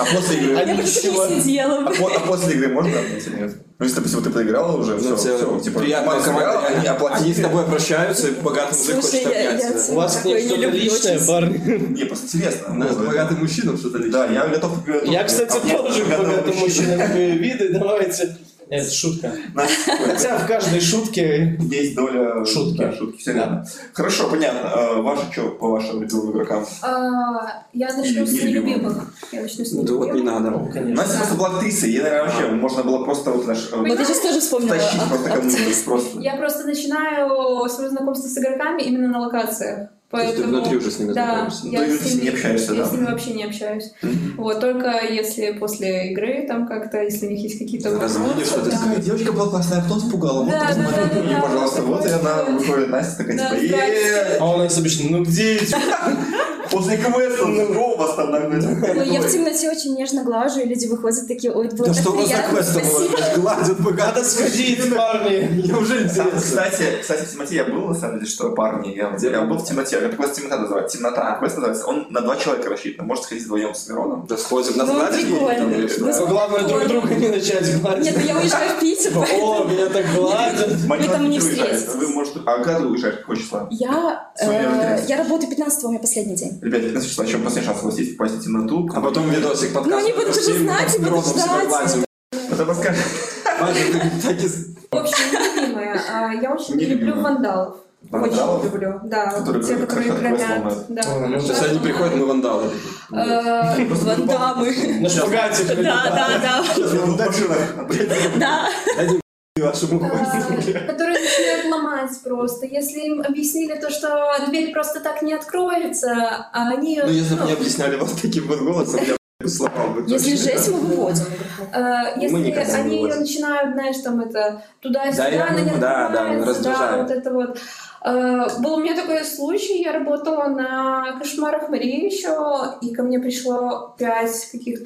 S1: А после игры?
S7: Я просто не
S1: А,
S7: сидела.
S1: по- а после игры можно? если нет? Ну, если, допустим, ты проиграла уже, все,
S5: Ну, тебе
S1: все, типа,
S5: приятная
S1: Макс
S5: команда,
S1: проиграл, они
S5: они, они с
S1: оплатили.
S5: тобой прощаются, и богатый мужик хочет
S7: Слушай, я- я
S5: обнять тебя.
S6: У вас к ней
S7: Такое не
S6: что-то
S7: люблю
S6: личное,
S7: очень.
S6: парни?
S1: Не, просто интересно.
S5: У нас
S1: Ну,
S5: богатым мужчинам что-то лично.
S1: Да, я готов... готов-
S6: Я, кстати,
S1: а,
S6: тоже к
S1: готов-
S6: богатым мужчинам виды, давайте. Это шутка. Хотя в каждой шутке...
S1: Есть доля...
S6: Шутки.
S1: Да, шутки, все верно. Хорошо, понятно. А, Ваша что по вашим любимым игрокам?
S4: А, Я
S1: Или
S4: начну с
S1: нелюбимых.
S4: нелюбимых. Я начну с
S5: Ну, Да вот не
S4: нелюбимых.
S5: надо.
S1: Настя просто была актрисой, ей, наверное, вообще можно было просто вот наш... э,
S7: Вот я сейчас тоже вспомнила.
S1: Тащить просто
S7: а-
S1: кому-нибудь просто.
S4: Я просто начинаю свое знакомство с игроками именно на локациях.
S5: То есть ты
S4: Поэтому-
S5: внутри уже с ними
S4: Да,
S5: знакомишься.
S1: Да,
S4: я
S1: и
S4: с
S1: ты с
S4: ними
S1: ними общаешься,
S4: я
S1: да.
S4: с ними вообще не общаюсь. Вот, только если после игры, там как-то, если у них есть какие-то
S5: Разводишь, что ты
S4: да.
S1: Такая девочка была классная, кто спугала?
S4: Да, да, да, да,
S1: И,
S4: да.
S1: пожалуйста, вот и она выходит, Настя такая,
S4: Да,
S1: типа, «Е-е-е!»
S6: А у нас обычно, ну где эти?
S1: После КВС он здорово восстанавливается.
S7: Ну, я в темноте очень нежно глажу, и люди выходят такие, ой, это было
S5: Да
S7: так
S5: что у вас
S7: приятно,
S5: такое с тобой?
S7: спасибо».
S5: Гладят богатым.
S6: Надо сходить, парни.
S5: Мне уже
S1: Там,
S5: интересно.
S1: Кстати, кстати, в темноте я был, на самом деле, что парни, я, я был в темноте, это квест темнота называется, темнота, квест называется, он на два человека рассчитан, может сходить вдвоем с Мироном.
S5: Да сходим, нас
S7: Ну,
S5: гладят
S7: прикольно.
S5: или
S7: Ну,
S5: что?
S6: Но главное друг друга не начать
S7: Нет,
S6: гладить. Типа,
S7: ну я уезжаю в Питер, поэтому...
S6: О, меня так гладят.
S1: Манёк
S7: там не
S1: уезжает.
S7: встретитесь.
S1: Вы можете... А когда ты уезжаешь? Какое число?
S7: Я,
S1: Сегодня
S7: э,
S1: разделяется.
S7: я работаю 15 у меня последний день.
S1: Ребят, 15 числа, еще последний шанс у вас есть попасть в темноту.
S5: А потом видосик подкаст.
S7: Ну, они будут уже знать и будут ждать.
S1: Потом расскажешь.
S4: В общем, нелюбимые. А, Я очень не люблю
S1: Нелюбимые.
S4: вандалов.
S1: Вандалов?
S4: Очень люблю, да.
S1: Которые
S4: те,
S1: как-
S4: которые
S1: как раз
S4: громят.
S1: ломают.
S4: Да. а,
S6: Ой, ну,
S5: Сейчас они приходят, мы вандалы.
S7: Э, Ван Дамы.
S6: На шпагате.
S7: Да, да, да.
S1: Сейчас я буду в машинах.
S7: Да.
S4: А, которые начинают ломать просто. Если им объяснили то, что дверь просто так не откроется, а они...
S5: Ну, если бы
S4: ну,
S5: мне объясняли вот таким вот голосом, я бы сломал бы.
S7: Если
S5: точно.
S7: жесть, мы выводим.
S4: а,
S5: Мы
S4: если
S5: никогда не
S4: они ее
S5: вывозим.
S4: начинают, знаешь, там это
S5: Да,
S4: туда-сюда,
S5: я
S4: она не
S5: понимаю, да, да,
S4: открывается,
S5: раздражает.
S4: вот это вот. А, Был у меня такой случай, я работала на «Кошмарах Марии» еще, и ко мне пришло пять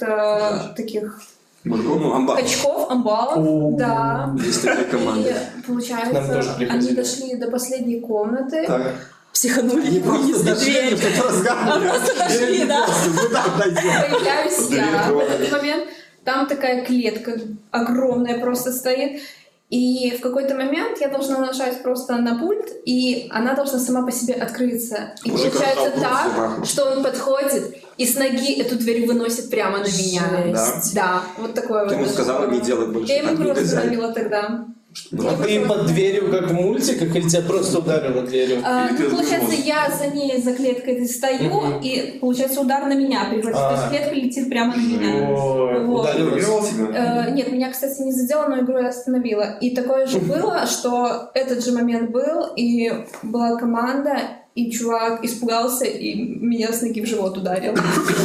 S4: каких-то таких
S5: Ну, амбар.
S4: качков, амбалов, да.
S5: Есть такая
S4: И
S5: команда.
S6: Нам тоже
S4: получается,
S6: приходили.
S4: они дошли до последней комнаты,
S1: Так.
S7: Психанули,
S5: Не
S7: вынесли
S5: просто дошли,
S7: дверь.
S5: чтобы
S7: А
S5: разговаривать.
S7: просто дошли, да.
S5: Мы там дойдем.
S4: появляюсь
S1: Дверь
S4: я в
S1: открывается.
S4: этот момент. Там такая клетка огромная просто стоит. И в какой-то момент я должна нажать просто на пульт, и она должна сама по себе открыться. И
S5: Мужик
S4: получается
S5: разжал
S4: так,
S5: пульт в зубах.
S4: что он подходит и с ноги эту дверь выносит прямо на меня.
S7: Жесть.
S5: Да.
S4: Да, вот такое
S5: Ты
S4: вот.
S5: ему сказала, не делай больше
S4: Я ему
S5: так, не Ну,
S4: просто
S5: дерзай.
S4: звонила тогда.
S2: А ты под дверью, как в мультиках, или тебя просто ударило дверью?
S4: А,
S1: Или ты
S4: ну, получается,
S1: развернулся?
S4: я за ней, за клеткой стою,
S2: Мгм.
S4: и, получается, удар на меня приходит. То есть
S2: А.
S4: клетка летит прямо на меня.
S2: Ой,
S4: Вот.
S2: ударило.
S1: Травмировал себя?
S4: Э, Нет, меня, кстати, не задело, но игру я остановила. И такое же было, что этот же момент был, и была команда, и чувак испугался, и меня с ноги в живот ударил. Ну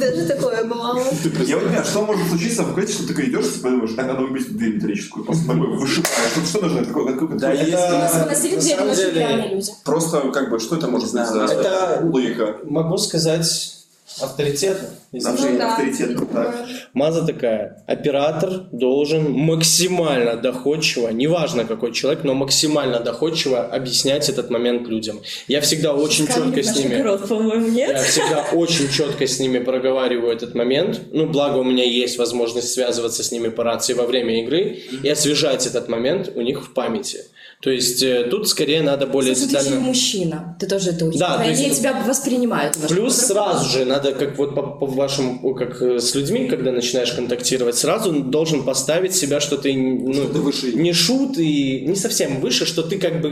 S4: Даже такое бывало.
S1: Я вот не знаю, что может случиться в квесте, что ты такой идешь типа, и подумаешь, так, надо убить дверь металлическую. Просто такой вышибаешь. Что, что должно такое? Какое,
S5: Да,
S1: какое-
S5: есть
S7: У нас выносили
S2: на
S7: дверь,
S2: самом
S7: мы очень
S2: деле-
S7: пьяные люди.
S1: Просто, как бы, что это может быть за
S2: Это-
S1: логика?
S2: Могу сказать авторитетно. если
S1: Нам же
S4: Ну да. Э,
S1: авторитетно, так.
S6: Маза такая. Оператор должен максимально доходчиво, неважно какой человек, но максимально доходчиво объяснять этот момент людям. Я всегда очень
S7: Камень
S6: четко с
S7: наших
S6: ними.
S7: крот, по-моему, нет?
S6: Я всегда очень четко с ними проговариваю этот момент. Ну, благо у меня есть возможность связываться с ними по рации во время игры и освежать этот момент у них в памяти. То есть э, тут скорее надо более
S7: Кстати, ты еще и
S6: детально...
S7: мужчина. Ты тоже это учишь.
S6: Да, то есть
S7: Они
S6: это-
S7: тебя воспринимают. немножко
S6: Плюс
S7: по-другому.
S6: сразу же надо, как вот по, по вашему, как э, с людьми, когда начинаешь контактировать, сразу должен поставить себя, что ты, ну,
S5: Что ты выше.
S6: не шут и не совсем выше, что ты как бы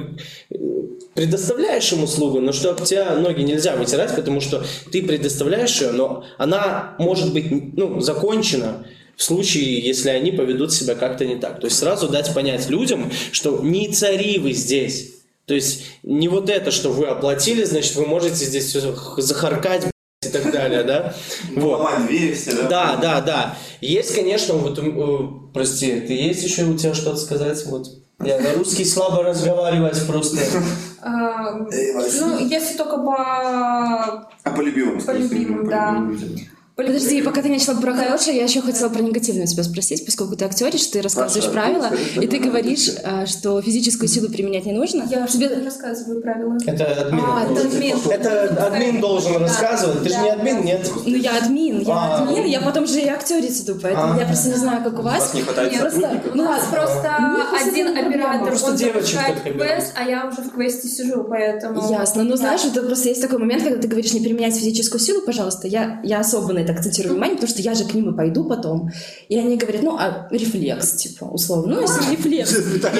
S6: э, предоставляешь им услугу, но что об тебя ноги нельзя вытирать, потому что ты предоставляешь ее, но она может быть ну, закончена в случае, если они поведут себя как-то не так. То есть сразу дать понять людям, что не цари вы здесь. То есть не вот это, что вы оплатили, значит, вы можете здесь все захаркать блядь, и так далее, да? Вот.
S1: Ломать двери все, да?
S6: Да, да, да. Есть, конечно, вот, м, э, прости, ты есть еще у тебя что-то сказать? Вот. Я на русский слабо разговаривать просто.
S4: А,
S1: Эй, Вася.
S4: Ну, если только по...
S1: А Ну, по любимым?
S4: По любимым, да. по любви.
S7: Подожди, пока ты не начала про хорошее, я еще хотела про негативное тебя спросить, поскольку ты актеришь, ты рассказываешь
S1: Паша,
S7: правила,
S1: расскажи,
S7: и ты
S1: правила.
S7: говоришь, а, что физическую силу применять не нужно.
S4: Я же не рассказываю правила.
S2: Это админ.
S7: А,
S2: должен.
S7: это
S4: админ.
S2: Это админ должен
S4: Да.
S2: рассказывать. Ты же
S4: Да.
S2: не админ, нет?
S7: Ну, я админ, я
S2: А.
S7: админ, я потом же и актерить иду, поэтому
S2: А.
S7: я просто не знаю, как у вас.
S5: не хватает
S4: Нет,
S7: Просто,
S4: У
S7: ну
S4: нас
S7: ладно,
S4: просто
S7: Мне кажется,
S4: один
S7: это проблема.
S4: оператор,
S2: Просто
S4: он
S2: девочек
S4: запускает
S2: только
S4: квест, а я уже в квесте сижу, поэтому...
S7: Ясно. Ну,
S4: Да.
S7: знаешь, это просто есть такой момент, когда ты говоришь не применять физическую силу, пожалуйста. Я, я особо на это акцентирую внимание, потому что я же к ним и пойду потом. И они говорят, ну, а рефлекс, типа, условно. Ну, если рефлекс.
S2: Нам
S7: Да,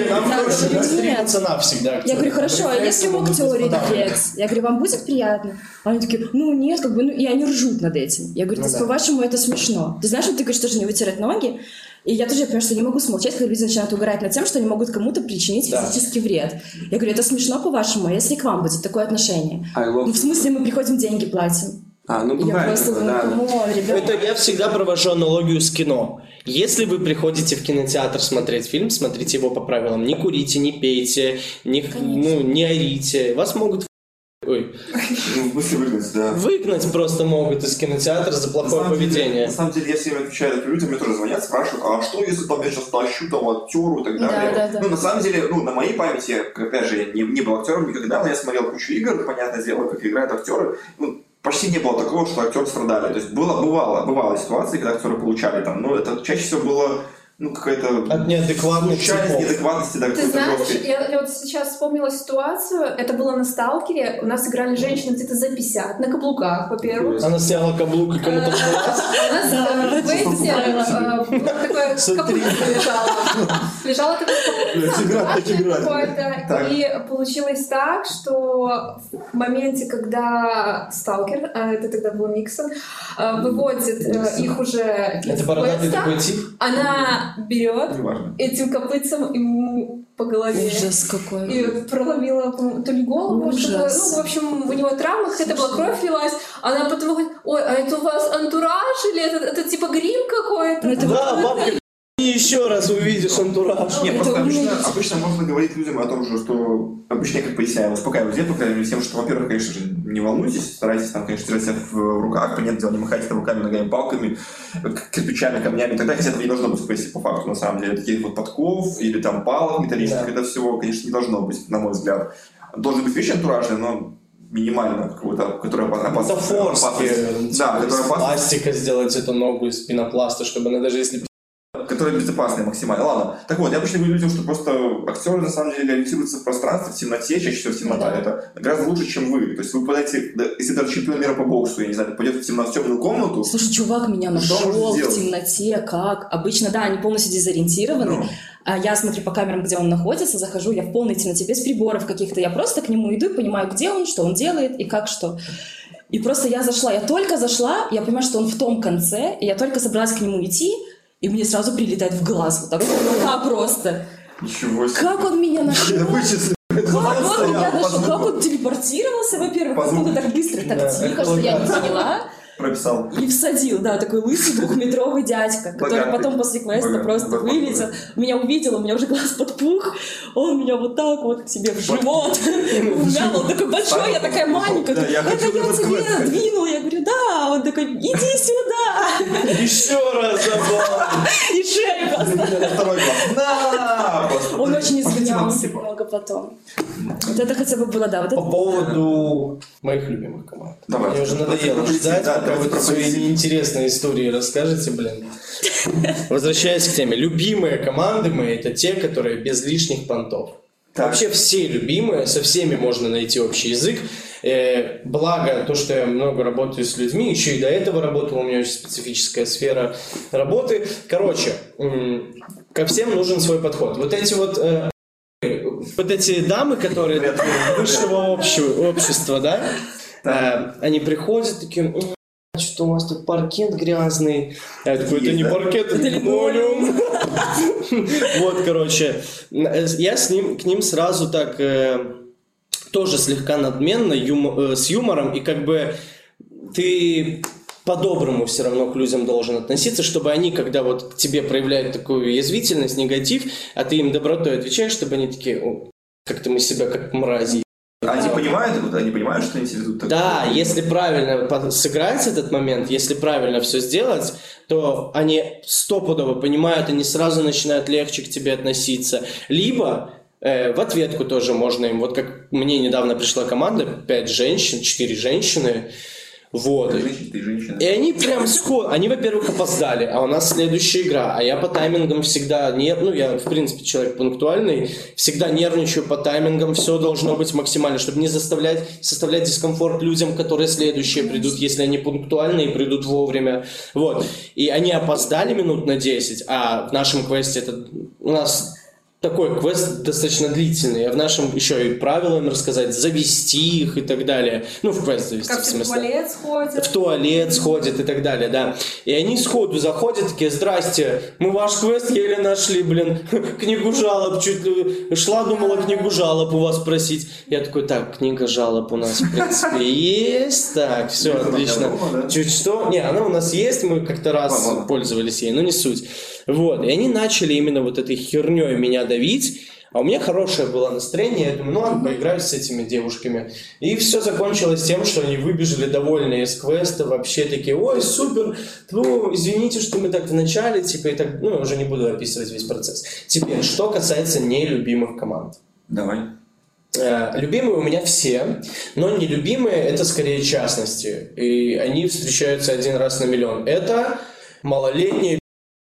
S2: проще, у нас
S7: нет.
S2: три пацана всегда.
S7: Я говорю, хорошо, а если у актера рефлекс? Я говорю, вам будет приятно? Они такие, ну нет, как бы, ну, и они ржут над этим. Я
S2: Ну
S7: говорю, «То есть,
S2: да.
S7: по-вашему, это смешно. Ты знаешь, вот ты говоришь, тоже не вытирать ноги. И я тоже понимаю, что не могу смолчать, когда люди начинают угорать над тем, что они могут кому-то причинить
S2: Да.
S7: физический вред. Я говорю, это смешно, по-вашему, а если к вам будет такое отношение?
S5: I love
S7: Ну, в смысле, мы приходим, деньги платим.
S5: А, ну
S7: я
S5: бывает
S7: просто
S5: такое, да.
S7: думаю,
S5: да.
S7: «Камон, ребята».
S6: Это я всегда провожу аналогию с кино. Если вы приходите в кинотеатр смотреть фильм, смотрите его по правилам. Не курите, не пейте, не, х- ну, не орите. Вас могут Ой,
S1: Ну, в смысле выгнать, да.
S6: выгнать просто могут из кинотеатра за
S1: На
S6: плохое
S1: самом деле-
S6: поведение.
S1: на самом деле, я все время отвечаю таким людям, мне тоже звонят, спрашивают, а что, если там я сейчас тащу там актеру и так
S7: Да,
S1: далее.
S7: да, да.
S1: Ну, на самом деле, ну, на моей памяти, опять же, я не, не был актером никогда, но я смотрел кучу игр, понятное дело, как играют актеры. Ну, почти не было такого, что актеры страдали. То есть было, бывало, бывало ситуации, когда актеры получали там, но это чаще всего было, ну, какая-то
S6: От неадекватных
S1: случайность,
S6: типов.
S1: неадекватности, да,
S4: Ты
S1: какой-то
S4: знаешь,
S1: просто.
S4: я, я вот сейчас вспомнила ситуацию, это было на «Сталкере», у нас играли женщины где-то за 50, на каблуках, во-первых.
S6: Она сняла каблук и кому-то в глаз.
S4: У нас э, в Вейсе э, было такое капуста лежала. Лежала такая капуста, какое-то.
S1: Так.
S4: И получилось так, что в моменте, когда сталкер, э, это тогда был Никсон, э, выводит э, их уже из
S2: Это бородатый
S4: квеста,
S2: такой тип.
S4: она берет
S1: Неважно.
S4: этим копытцем ему по голове.
S7: Ужас какой.
S4: И проломила по-моему, то ли голову,
S7: Ужас.
S4: что ну, в общем, у него травма, какая-то была кровь лилась. Она потом говорит, ой, а это у вас антураж или это, это типа грим какой-то?
S7: Ну, это Ну,
S6: Да, бабка, и еще раз увидишь антураж.
S1: Нет,
S7: Это
S1: просто обычно,
S7: умеете.
S1: обычно можно говорить людям о том же, что обычно я как поясняю, успокаиваю людей, по крайней мере, тем, что, во-первых, конечно же, не волнуйтесь, старайтесь там, конечно, держать себя в, в руках, понятное дело, не махайте там руками, ногами, палками, к- кирпичами, камнями и так далее, хотя этого не должно быть в поясе по факту, на самом деле, таких вот подков или там палок металлических,
S2: Да.
S1: это всего, конечно, не должно быть, на мой взгляд. Должен быть вещи антуражные, но минимально какого-то, которая опасна.
S2: Бутафорские.
S1: Да, которая
S6: Из
S1: опасна.
S6: пластика сделать эту ногу из пенопласта, чтобы она даже если
S1: которые безопасные максимально. Ладно. Так вот, я обычно говорю людям, что просто актеры на самом деле ориентируются в пространстве, в темноте, чаще всего в темнота. Это гораздо лучше, чем вы. То есть вы попадаете, да, если даже чемпион мира по боксу, я не знаю, пойдет в темно- в темную комнату,
S7: Слушай, чувак меня
S1: Ну, Что
S7: нашел
S1: можно
S7: в
S1: сделать?
S7: темноте, как? Обычно, да, они полностью дезориентированы.
S1: ну,
S7: А я смотрю по камерам, где он находится, захожу, я в полной темноте, без приборов каких-то. Я просто к нему иду и понимаю, где он, что он делает и как что. И просто я зашла, я только зашла, я понимаю, что он в том конце, и я только собралась к нему идти, и мне сразу прилетает в глаз вот так вот, рука просто.
S1: ничего себе.
S7: Как он меня нашел?
S1: Вычислил.
S7: Как он меня
S1: Стоял,
S7: нашел? Как
S1: подумал,
S7: он телепортировался, во-первых?
S1: По
S7: Как он
S1: звуку.
S7: так быстро, так
S6: Да,
S7: тихо, что я не поняла.
S1: Прописал.
S7: И всадил, да, такой лысый двухметровый дядька, который
S1: Богатый.
S7: потом после квеста
S1: Богатый.
S7: просто
S1: Богатый.
S7: вылетел. Меня увидел, у меня уже глаз подпух, он меня вот так вот к себе в живот умял, он такой большой, я такая маленькая,
S1: Да, я
S7: это
S1: хочу
S7: я
S1: этот квест
S7: тебе
S1: сходить».
S7: двинула, я говорю, да, он такой, иди сюда,
S6: Еще раз забавно.
S7: и шею просто.
S1: Второй глаз. На! А, Просто.
S7: Он очень
S1: Математика.
S7: извинялся много потом. Вот это хотя бы было, да, вот
S6: По
S7: это
S6: поводу моих любимых команд.
S1: Давай.
S6: Мне уже
S1: Давайте
S6: надоело
S1: пропустим,
S6: ждать,
S1: да,
S6: пока вы
S1: давайте
S6: тут свои
S1: пропустим.
S6: неинтересные истории расскажете, блин. Возвращаясь к теме. Любимые команды мои – это те, которые без лишних понтов.
S1: Так.
S6: Вообще все любимые, со всеми можно найти общий язык. Э, благо, то, что я много работаю с людьми, еще и до этого работал, у меня очень специфическая сфера работы. Короче, м, ко всем нужен свой подход. Вот эти вот э, вот эти дамы, которые
S1: Привет.
S6: высшего общего- общества, да, э, они приходят такие, «М, что у вас тут паркет грязный. Я такой, это
S1: Есть,
S6: не
S1: да?
S6: паркет, это линолеум. Вот, короче, я с ним, к ним сразу так э, тоже слегка надменно, юмо- э, с юмором, и как бы ты по-доброму все равно к людям должен относиться, чтобы они, когда вот к тебе проявляют такую язвительность, негатив, а ты им добротой отвечаешь, чтобы они такие, «О, как-то мы себя как мрази.
S1: Они понимают, вот они понимают, что они тебе ведут так.
S6: Да, если правильно по- сыграть этот момент, если правильно все сделать, то они стопудово понимают, они сразу начинают легче к тебе относиться. Либо э, в ответку тоже можно им, вот как мне недавно пришла команда, пять женщин, четыре женщины, вот.
S1: Ты женщина, ты женщина.
S6: И они прям ско- Они, во-первых, опоздали, а у нас следующая игра. А я по таймингам всегда не... Ну, я, в принципе, человек пунктуальный. Всегда нервничаю по таймингам. Все должно быть максимально, чтобы не заставлять... Составлять дискомфорт людям, которые следующие придут, если они пунктуальные и придут вовремя. Вот. И они опоздали минут на 10, а в нашем квесте это... У нас такой квест достаточно длительный, а в нашем еще и правила им рассказать, завести их и так далее. Ну, в квест завести,
S4: Как
S6: в
S4: ты в
S6: смысле
S4: туалет сходишь.
S6: в туалет сходит и так далее, да. И они сходу заходят, такие, здрасте, мы ваш квест еле нашли, блин, книгу жалоб, чуть ли шла, думала книгу жалоб у вас просить. Я такой, так, книга жалоб у нас, в принципе, есть, так, все,
S1: Лиза,
S6: отлично.
S1: готова, да?
S6: Чуть что, не, она у нас есть, мы как-то раз
S1: Ладно.
S6: пользовались ей, но не суть. Вот, и они начали именно вот этой херней меня давить, а у меня хорошее было настроение, я думаю, ну ладно, поиграю с этими девушками. И все закончилось тем, что они выбежали довольные из квеста, вообще такие, ой, супер, ну, извините, что мы так вначале, типа, и так, ну, я уже не буду описывать весь процесс. Теперь, что касается нелюбимых команд.
S1: Давай.
S6: Э, Любимые у меня все, но нелюбимые это скорее частности. И они встречаются один раз на миллион. Это малолетние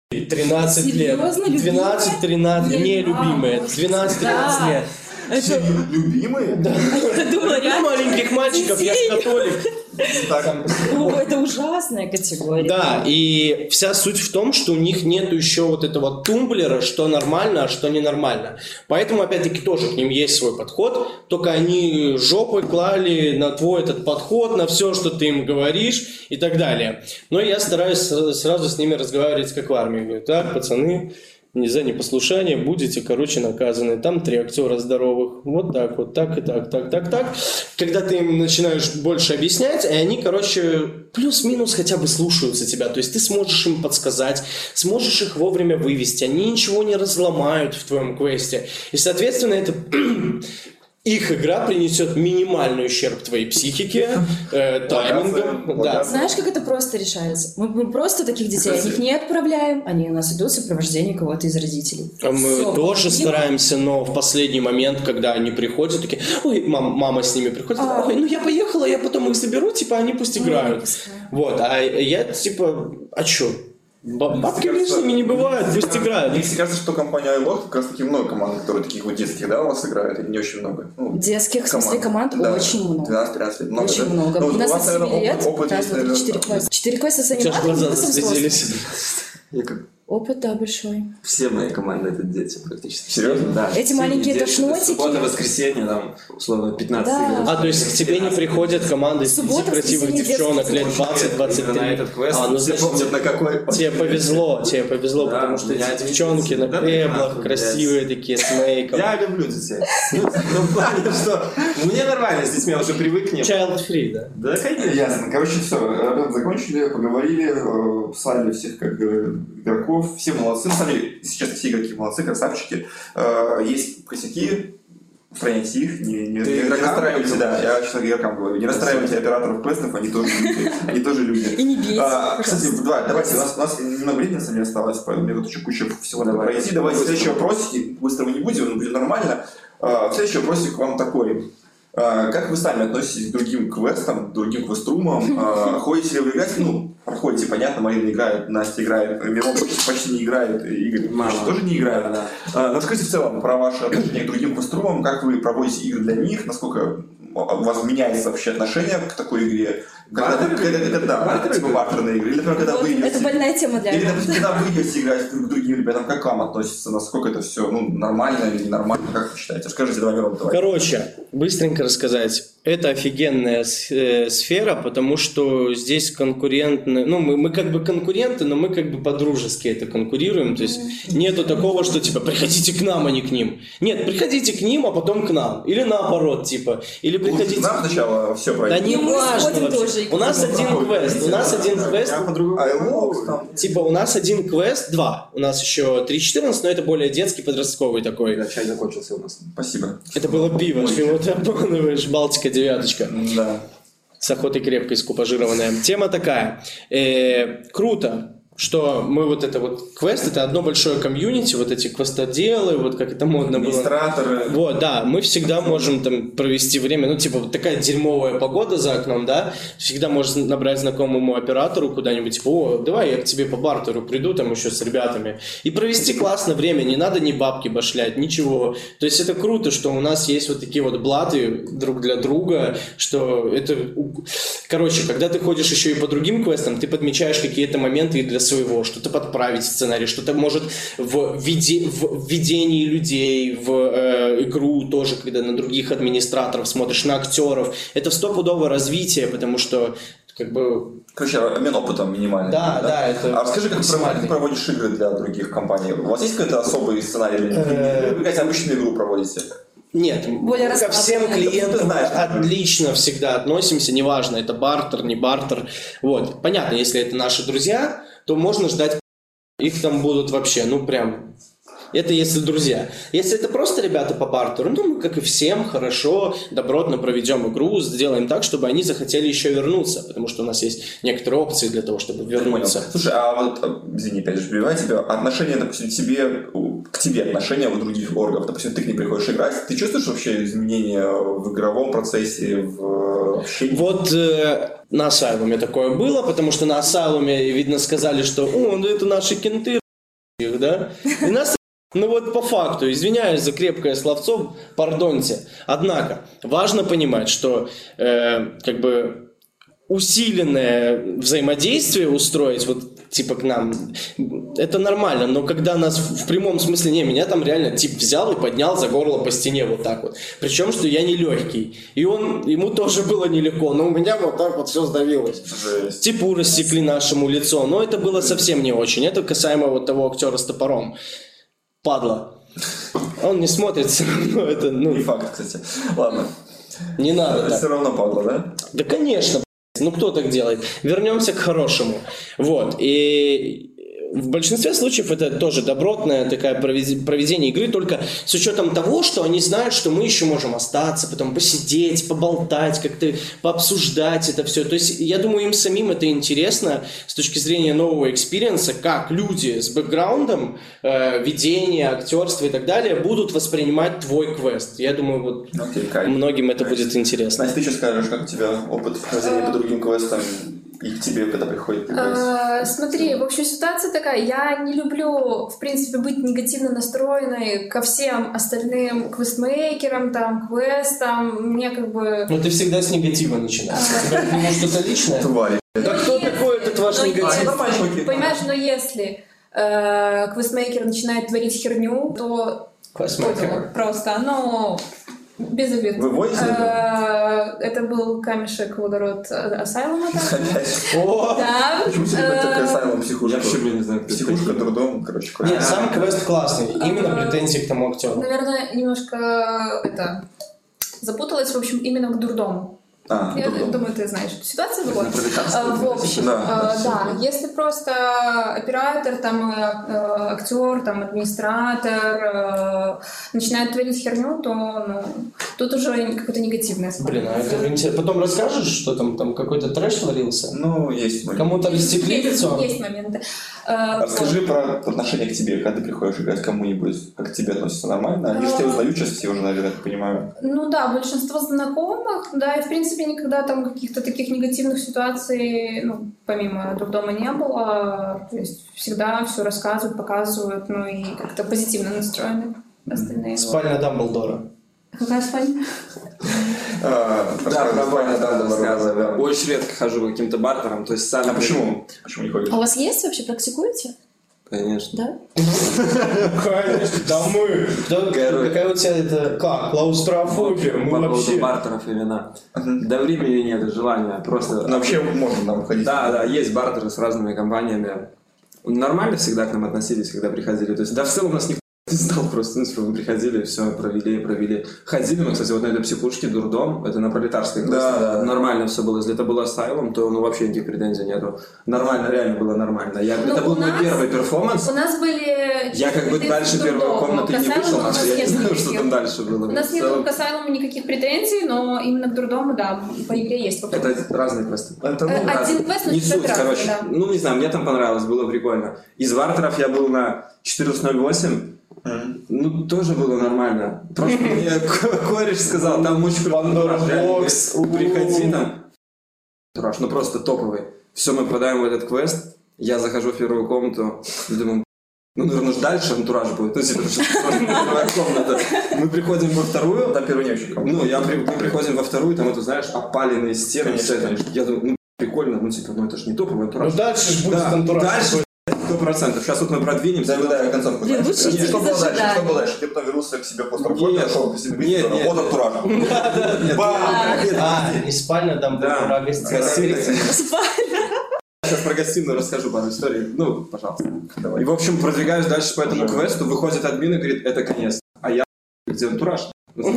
S6: 13 лет.
S7: Серьезно, любимые?
S6: 12, 13,
S7: Не,
S6: нелюбимые. 12-13
S7: Да.
S6: лет.
S7: Это-
S1: Лю- Любимые? Да.
S7: я думала,
S6: Я
S7: реально,
S6: маленьких мальчиков, я ж католик.
S1: Так.
S7: о, это ужасная категория.
S6: Да, и вся суть в том, что у них нет еще вот этого тумблера, что нормально, а что ненормально. Поэтому, опять-таки, тоже к ним есть свой подход, только они жопой клали на твой этот подход, на все, что ты им говоришь и так далее. Но я стараюсь с- сразу с ними разговаривать, как в армии. Говорю, так, пацаны, не за непослушание будете, короче, наказаны. Там три актера здоровых. Вот так вот, так и так, так, так, так. Когда ты им начинаешь больше объяснять, и они, короче, плюс-минус хотя бы слушаются тебя. То есть ты сможешь им подсказать, сможешь их вовремя вывести. Они ничего не разломают в твоем квесте. И, соответственно, это их игра принесет минимальный ущерб твоей психике, э, таймингам. Да.
S1: Локация.
S7: Знаешь, как это просто решается? Мы, мы просто таких детей
S1: Кстати.
S7: их не отправляем, они у нас идут в сопровождении кого-то из родителей.
S6: А Мы
S7: Всё,
S6: тоже
S7: и-
S6: стараемся, но в последний момент, когда они приходят, такие, ой, мам- мама с ними приходит,
S7: А.
S6: ой, ну я поехала, я потом их заберу, типа они пусть
S7: Ну,
S6: играют.
S7: пускай.
S6: Вот, а я типа, а чё?
S2: Ба- Бабки лишними не бывают, пусть играют.
S1: Мне всегда кажется, что компания iLog как раз таки много команд, которые таких вот детских, да, у вас играют, или не очень много? Ну,
S7: Детских, в смысле, команд
S1: Да.
S7: очень много.
S1: 12-13 лет. Много,
S7: Очень
S1: да?
S7: много.
S1: Ну,
S7: У нас
S1: вас,
S7: от 7
S1: наверное,
S7: лет,
S1: опыт, опыт
S7: раз,
S1: есть,
S7: два, три,
S1: наверное,
S7: четыре
S1: там.
S7: класса. Четыре класса с
S2: У тебя же
S7: аниматором,
S2: глаза
S7: плюс со взрослыми.
S2: заслезились.
S5: Я как-
S7: Опыт, да, большой.
S5: Все мои команды это дети практически.
S1: Серьезно?
S5: Да.
S7: Эти
S5: все
S7: маленькие
S5: дети.
S7: тошнотики.
S5: Суббота, воскресенье, там, условно, 15
S7: Да.
S5: игр.
S2: А, то есть к тебе не приходят команды из пяти
S7: Суббота,
S2: красивых
S7: воскресенье,
S2: девчонок
S7: детский
S2: лет 20-23?
S5: На этот квест.
S2: А, ну
S5: все
S2: значит,
S5: помнят, на какой.
S2: Тебе повезло, тебе повезло,
S5: Да,
S2: потому что
S5: я
S2: эти
S5: не
S2: девчонки на
S5: да,
S2: пеблах
S5: нахуй,
S2: красивые такие, с мейком.
S5: Я люблю детей. Ну, в том плане, что мне нормально с детьми, я уже привык к ним.
S2: Child free, да?
S5: Да, конечно.
S1: Ясно. Короче, все, ребят закончили, поговорили, э, писали всех как бы игроков. Все молодцы. На самом деле, сейчас все игроки молодцы, красавчики. Э, Есть косяки, устраняйте их, не, не,
S5: Ты
S1: не
S5: игрокам
S1: расстраивайтесь,
S5: говоришь?
S1: да, я сейчас игрокам говорю, не расстраивайте операторов квестов, они тоже люди, они тоже люди.
S7: И не бейте,
S1: А,
S7: пожалуйста.
S1: Кстати, да, давайте, у нас, у нас немного времени на самом деле осталось, поэтому мне тут еще куча всего надо
S5: Давай.
S1: пройти. Давайте
S5: Быстро.
S1: следующий вопрос, и быстро мы не будем, он будет нормально. А, Следующий вопросик к вам такой. А, Как вы сами относитесь к другим квестам, к другим квеструмам? А, Ходите ли вы играть? Ну, проходите, понятно, Марина играет, Настя играет, Мирон почти, почти не играет, и Игорь
S5: Мало.
S1: почти тоже не играет.
S5: Да.
S1: А, Расскажите в целом про ваше отношение к другим квеструмам, как вы проводите игры для них, насколько у вас меняется вообще отношение к такой игре, когда,
S5: Бартеры?
S1: когда, когда, да,
S5: Бартеры?
S1: типа бартерные игры, или, например, когда вы
S7: Это
S1: идете,
S7: больная тема для
S1: или,
S7: меня.
S1: допустим, когда вы идете играть друг к другим ребятам, как к вам относится, насколько это все ну, нормально или ненормально, как вы считаете? Расскажите, давай, Мирон, давай.
S6: Короче, быстренько рассказать. Это офигенная с- э, сфера, потому что здесь конкурентны... Ну, мы, мы как бы конкуренты, но мы как бы по-дружески это конкурируем. То есть нету такого, что типа приходите к нам, а не к ним. Нет, приходите к ним, а потом к нам. Или наоборот, типа. Или
S1: Лучше
S6: приходите...
S1: нам сначала все
S6: Да
S1: пройти.
S6: не
S7: И мы
S6: важно
S7: сходим
S6: вообще.
S7: тоже и к
S6: У нас
S1: ним
S6: один
S1: проходим.
S6: квест. У нас один квест.
S1: Я по-другому. А Xbox там.
S6: Типа у нас один квест, два. У нас еще 3.14, но это более детский, подростковый такой.
S5: Когда чай закончился у нас.
S1: Спасибо.
S6: Это было пиво, чего ты обманываешь, Балтика девяточка.
S1: Да.
S6: С охотой крепкой скупажированная. Тема такая. Э, круто, что мы вот это вот квест, это одно большое комьюнити, вот эти квестоделы, вот как это модно было.
S1: Администраторы.
S6: Э, Вот, да, мы всегда можем там провести время, ну, типа, вот такая дерьмовая погода за окном, да, всегда можешь набрать знакомому оператору куда-нибудь, типа, о, давай я к тебе по бартеру приду, там, еще с ребятами, и провести классно время, не надо ни бабки башлять, ничего, то есть это круто, что у нас есть вот такие вот блаты друг для друга, что это, у- короче, когда ты ходишь еще и по другим квестам, ты подмечаешь какие-то моменты и для своего, что-то подправить в сценарий, что-то может в, веде- в ведении людей, в э, игру тоже, когда на других администраторов смотришь, на актеров. Это стопудовое развитие, потому что как бы...
S1: Короче, обмен опытом минимальный.
S6: Да, да, это
S1: А расскажи, как ты проводишь-
S6: максимальный.
S1: проводишь игры для других компаний? У вас есть какой-то особый сценарий? для них?
S6: Э,
S1: Или Вы какая-то обычную игру проводите?
S6: Нет,
S7: Более
S6: мы ко всем
S7: расслабленный.
S6: клиентам
S1: Ты знаешь, да.
S6: отлично всегда относимся, неважно, это бартер, не бартер. Вот, понятно, если это наши друзья, то можно ждать, их там будут вообще, ну прям... Это если друзья. Если это просто ребята по бартеру, ну, мы, как и всем, хорошо, добротно проведем игру, сделаем так, чтобы они захотели еще вернуться, потому что у нас есть некоторые опции для того, чтобы
S1: Понял.
S6: вернуться.
S1: Слушай, а вот, э, извини, опять же, перебиваю тебя, отношения, допустим, тебе, у- к тебе отношения у других оргов, допустим, ты к ним приходишь играть, ты чувствуешь вообще изменения в игровом процессе, в э, общении?
S6: Вот э, на Асайлуме такое было, потому что на Асайлуме, видно, сказали, что «О, ну это наши кенты, их, да?» И нас ну вот по факту, извиняюсь за крепкое словцо, пардонте. Однако, важно понимать, что э, как бы усиленное взаимодействие устроить, вот типа к нам, это нормально, но когда нас в в прямом смысле, не, меня там реально тип взял и поднял за горло по стене вот так вот. Причем, что я не легкий. И он, ему тоже было нелегко, но у меня вот так вот все сдавилось.
S1: Жесть.
S6: Типу рассекли нашему лицо, но это было совсем не очень. Это касаемо вот того актера с топором. Падла. Он не смотрит все равно, это, ну,
S1: Не факт, кстати. Ладно,
S6: не надо так.
S1: все равно падла, да?
S6: Да, конечно, блядь, ну кто так делает? Вернемся к хорошему. Вот, и в большинстве случаев это тоже добротное такое проведи- проведение игры, только с учетом того, что они знают, что мы еще можем остаться, потом посидеть, поболтать, как-то пообсуждать это все. То есть, я думаю, им самим это интересно с точки зрения нового экспириенса, как люди с бэкграундом, э, ведения, актерства и так далее будут воспринимать твой квест. Я думаю, вот
S1: Окей, кайф.
S6: многим это будет интересно.
S1: Настя, ты что скажешь, как у тебя опыт проведения по другим квестам? и к тебе, когда приходит играть?
S4: Э, Смотри, в общем, ситуация такая. Я не люблю, в принципе, быть негативно настроенной ко всем остальным квестмейкерам, там, квестам. Мне как бы...
S6: Но Ну, ты всегда с негатива начинаешь. У тебя к нему что-то личное?
S1: Тварь.
S6: Да
S4: Ну,
S6: кто
S4: если-
S6: такой этот ваш
S4: ну,
S6: негатив?
S4: если-
S9: Папочки.
S4: Понимаешь, но если э, квестмейкер начинает творить херню, то
S6: Квестмейкер.
S4: понял, просто, ну, без обид.
S1: Вы водите?
S4: Э, Это был камешек в огород Асайлома. там.
S1: Опять.
S6: О!
S4: Да.
S1: Почему тебе
S4: Э,
S1: такая сайлом
S5: Я
S1: психушка?
S5: вообще, блин, не знаю, кто это
S1: Психушка
S5: такие.
S1: трудом, короче.
S6: Нет, сам квест классный. Именно
S4: А,
S6: претензии к тому актеру.
S4: Наверное, немножко э, это запуталась, в общем, именно к дурдому.
S1: А,
S4: Я
S1: трудом.
S4: думаю, ты знаешь эту ситуацию. вот.
S5: На провокацию,
S4: А, В
S5: да.
S4: общем,
S1: Да,
S4: а,
S1: да, всё
S4: да,
S1: понятно.
S4: если просто оператор, там, э, э, актер, там, администратор э, начинает творить херню, то ну, тут уже какой-то негативный аспект.
S6: Блин, а это интересно. Потом расскажешь, что там, там какой-то трэш творился?
S1: Ну, есть момент.
S6: Кому-то растекли лицо?
S4: Есть моменты. Э,
S1: А Расскажи про отношение к тебе, когда ты приходишь играть к кому-нибудь, как к тебе относятся нормально. Они же
S4: Э,
S1: тебя узнают сейчас, я уже, наверное, это понимаю.
S4: Ну да, большинство знакомых, да, и в принципе никогда там каких-то таких негативных ситуаций, ну, помимо друг дома не было. То есть всегда все рассказывают, показывают, ну и как-то позитивно настроены остальные.
S6: Спальня Дамблдора.
S4: Какая спальня?
S1: А,
S5: Да,
S1: рассказывай,
S5: про бар, да,
S1: рассказывай,
S5: рассказываю.
S1: рассказывай.
S5: Очень редко хожу к каким-то бартерам, то есть сам...
S1: А почему? Почему не ходишь?
S7: А у вас есть вообще, практикуете?
S5: Конечно.
S7: Да?
S6: Конечно, да мы. Да,
S5: Короче.
S6: Какая у тебя это... Как? Клаустрофобия?
S5: По
S6: Мы
S5: поводу
S6: вообще...
S5: бартеров и вина.
S1: Мгм.
S5: Да времени нет, желания, просто...
S1: Ну, вообще можно там ходить.
S5: Да, да, есть бартеры с разными компаниями. Нормально всегда к нам относились, когда приходили. То есть, да, в целом нас никто не знал просто. Ну, типа, мы приходили, все, провели, провели. Ходили мы, кстати, вот на этой психушке, дурдом, это на пролетарской.
S1: Да,
S5: просто.
S1: да.
S5: Нормально все было. Если это было асайлом, то ну, вообще никаких претензий нету. Нормально, реально было нормально. Я,
S4: Ну,
S5: это был
S4: у
S5: мой
S4: нас-
S5: первый перформанс.
S4: У нас были...
S5: Я как бы
S4: четыре
S5: дальше
S4: дурдома.
S5: первой комнаты не
S4: Касаемо
S5: вышел,
S4: у
S5: потому
S4: нас
S5: что я не
S4: нет
S5: знаю, что
S4: никаких.
S5: там дальше было.
S4: У
S5: В
S4: нас нет
S5: целом,
S4: к Асайлому никаких претензий, но именно к дурдому, да, по игре есть вопросы.
S5: Это разные квесты.
S1: Это,
S4: Э,
S1: ну,
S5: да.
S4: Один квест, но
S5: Не
S4: чуть
S5: суть,
S4: отрадный,
S5: короче.
S4: да.
S5: Ну, не знаю, мне там понравилось, было прикольно. Из бартеров я был на 14.08,
S1: Мгм.
S5: ну, тоже было нормально. Просто мне ко- кореш сказал, там очень круто.
S6: Пандора
S5: Реально, говорит,
S6: Бокс.
S5: Приходи там. Траш, ну просто топовый. Все, мы попадаем в этот квест, я захожу в первую комнату, и думаю, ну, наверное, ж дальше антураж будет. Ну, типа, потому что первая комната. Мы приходим во вторую,
S1: Там первый не очень комфортно.
S5: ну, я при- мы приходим во вторую, там это, знаешь, опаленные стены,
S1: Конечно,
S5: все это. Я думаю, ну, прикольно, ну, типа, ну, это ж не топовый
S6: Ну
S5: антураж.
S6: дальше ж будет антураж.
S5: дальше, сто процентов. Сейчас вот мы продвинемся.
S1: Да, да, да, концовку.
S7: Блин,
S1: знаешь.
S7: лучше идти
S1: что
S7: без
S1: было дальше? Что
S7: ожиданий.
S1: было дальше? Ты потом вернулся к себе после
S5: Нет.
S1: работы, пошел к себе
S5: Нет, нет.
S1: Вот антураж.
S5: Нет,
S1: Бам!
S5: нет,
S6: А, и спальня Дамблдора.
S5: Да.
S6: гостиная.
S5: гостиная.
S7: Спать.
S5: Сейчас про гостиную расскажу пару историй. Ну, пожалуйста.
S1: Давай.
S5: И, в общем, продвигаюсь дальше по этому
S1: Пожалуйста.
S5: квесту, выходит админ и говорит, это конец. А я, где антураж? Ну,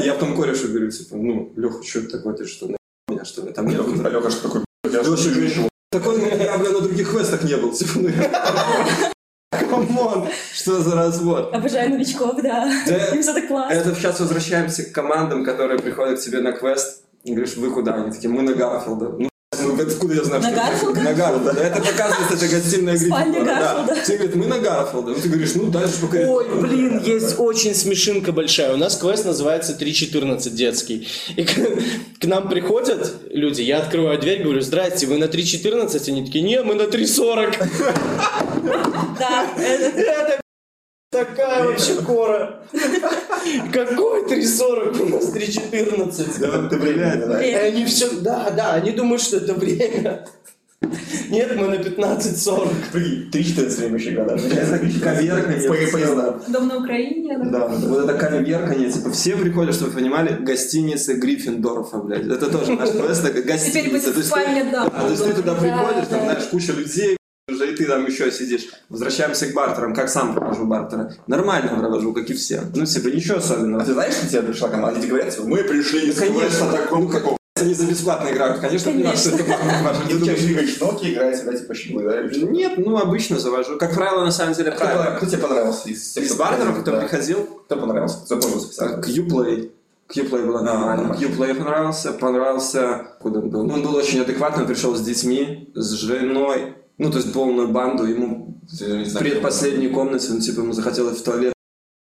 S5: и Я потом корешу говорю, типа, ну, Леха, что ты такой, ты что, на меня, что ли? Там нет антуража.
S1: Лёха же такой, я же
S5: Леша
S1: не
S5: говорит,
S1: вижу.
S5: такой, ну, я, бля, на других квестах не был. Типа, ну, я- камон, что за развод?
S7: Обожаю новичков, да.
S5: Да,
S7: Им все так классно.
S5: Это сейчас возвращаемся к командам, которые приходят к тебе на квест. И говоришь, вы куда? Они такие, мы на Гарфилда. Ну, ну, откуда я знаю,
S7: На
S5: что это?
S7: Гарфилда?
S5: На Гарфилда. Это показывается, это гостиная
S7: Спальня
S5: Гриффиндора, Да.
S7: Гарфилда.
S5: Тебе говорят, мы на Гарфилда. Ну, ты говоришь, ну, дальше пока...
S6: Ой, блин, есть очень смешинка большая. У нас квест называется 3.14 детский. И к, к нам приходят люди, я открываю дверь, говорю, здрасте, вы на 3.14? Они такие, не, мы на 3.40.
S7: Да, это-
S6: Это такая вообще кора. Какой 3.40? У нас 3.14.
S1: Да, ты блядь, да.
S6: И они все, да, да, они думают, что это время. Нет, мы на 15.40.
S1: Прикинь, 3-14 времени года.
S5: Коверканье.
S1: Поезда.
S4: Дом на Украине, да.
S1: Да, да.
S5: Вот это кальверканье, типа, все приходят, чтобы вы понимали, гостиница Гриффиндорфа, блядь. Это тоже наш квест,
S4: Теперь
S5: такая гостиница. То
S4: будет
S5: есть ты-
S4: спальня, да.
S5: А, то есть ты туда
S7: Да,
S5: приходишь, там,
S7: да.
S5: знаешь, куча людей, уже и ты там еще сидишь. Возвращаемся к бартерам. Как сам провожу бартера? Нормально провожу, как и все. Ну, типа, ничего
S1: А
S5: особенного.
S1: ты знаешь, что тебе пришла команда? Они тебе говорят, типа, мы пришли из
S5: Да, конечно.
S1: квеста такого, такого.
S5: Они за бесплатно играют, конечно, понимаешь, что это ваши
S1: Ты думаешь,
S5: детки.
S1: Ну, играешь в ноги, играешь всегда типа щеглы, да? или что?
S5: Нет, ну, обычно завожу. Как правило, на самом деле,
S1: Кто понрав-
S5: правильно.
S1: Кто тебе понравился из тех,
S5: Из
S1: кто
S5: бартеров,
S1: приходил?
S5: кто
S1: Да.
S5: приходил,
S1: Кто понравился? Запомнился
S5: а,
S1: специально.
S5: Q-Play. Q-Play было
S1: А,
S5: нормально.
S1: нормально.
S5: Q-Play понравился, понравился... Куда он был? Ну, Он был очень адекватный, он пришел с детьми, с женой. Ну, то есть полную банду, ему
S1: Я не
S5: В
S1: знаю,
S5: предпоследней комнате, ну, типа, ему захотелось в туалет.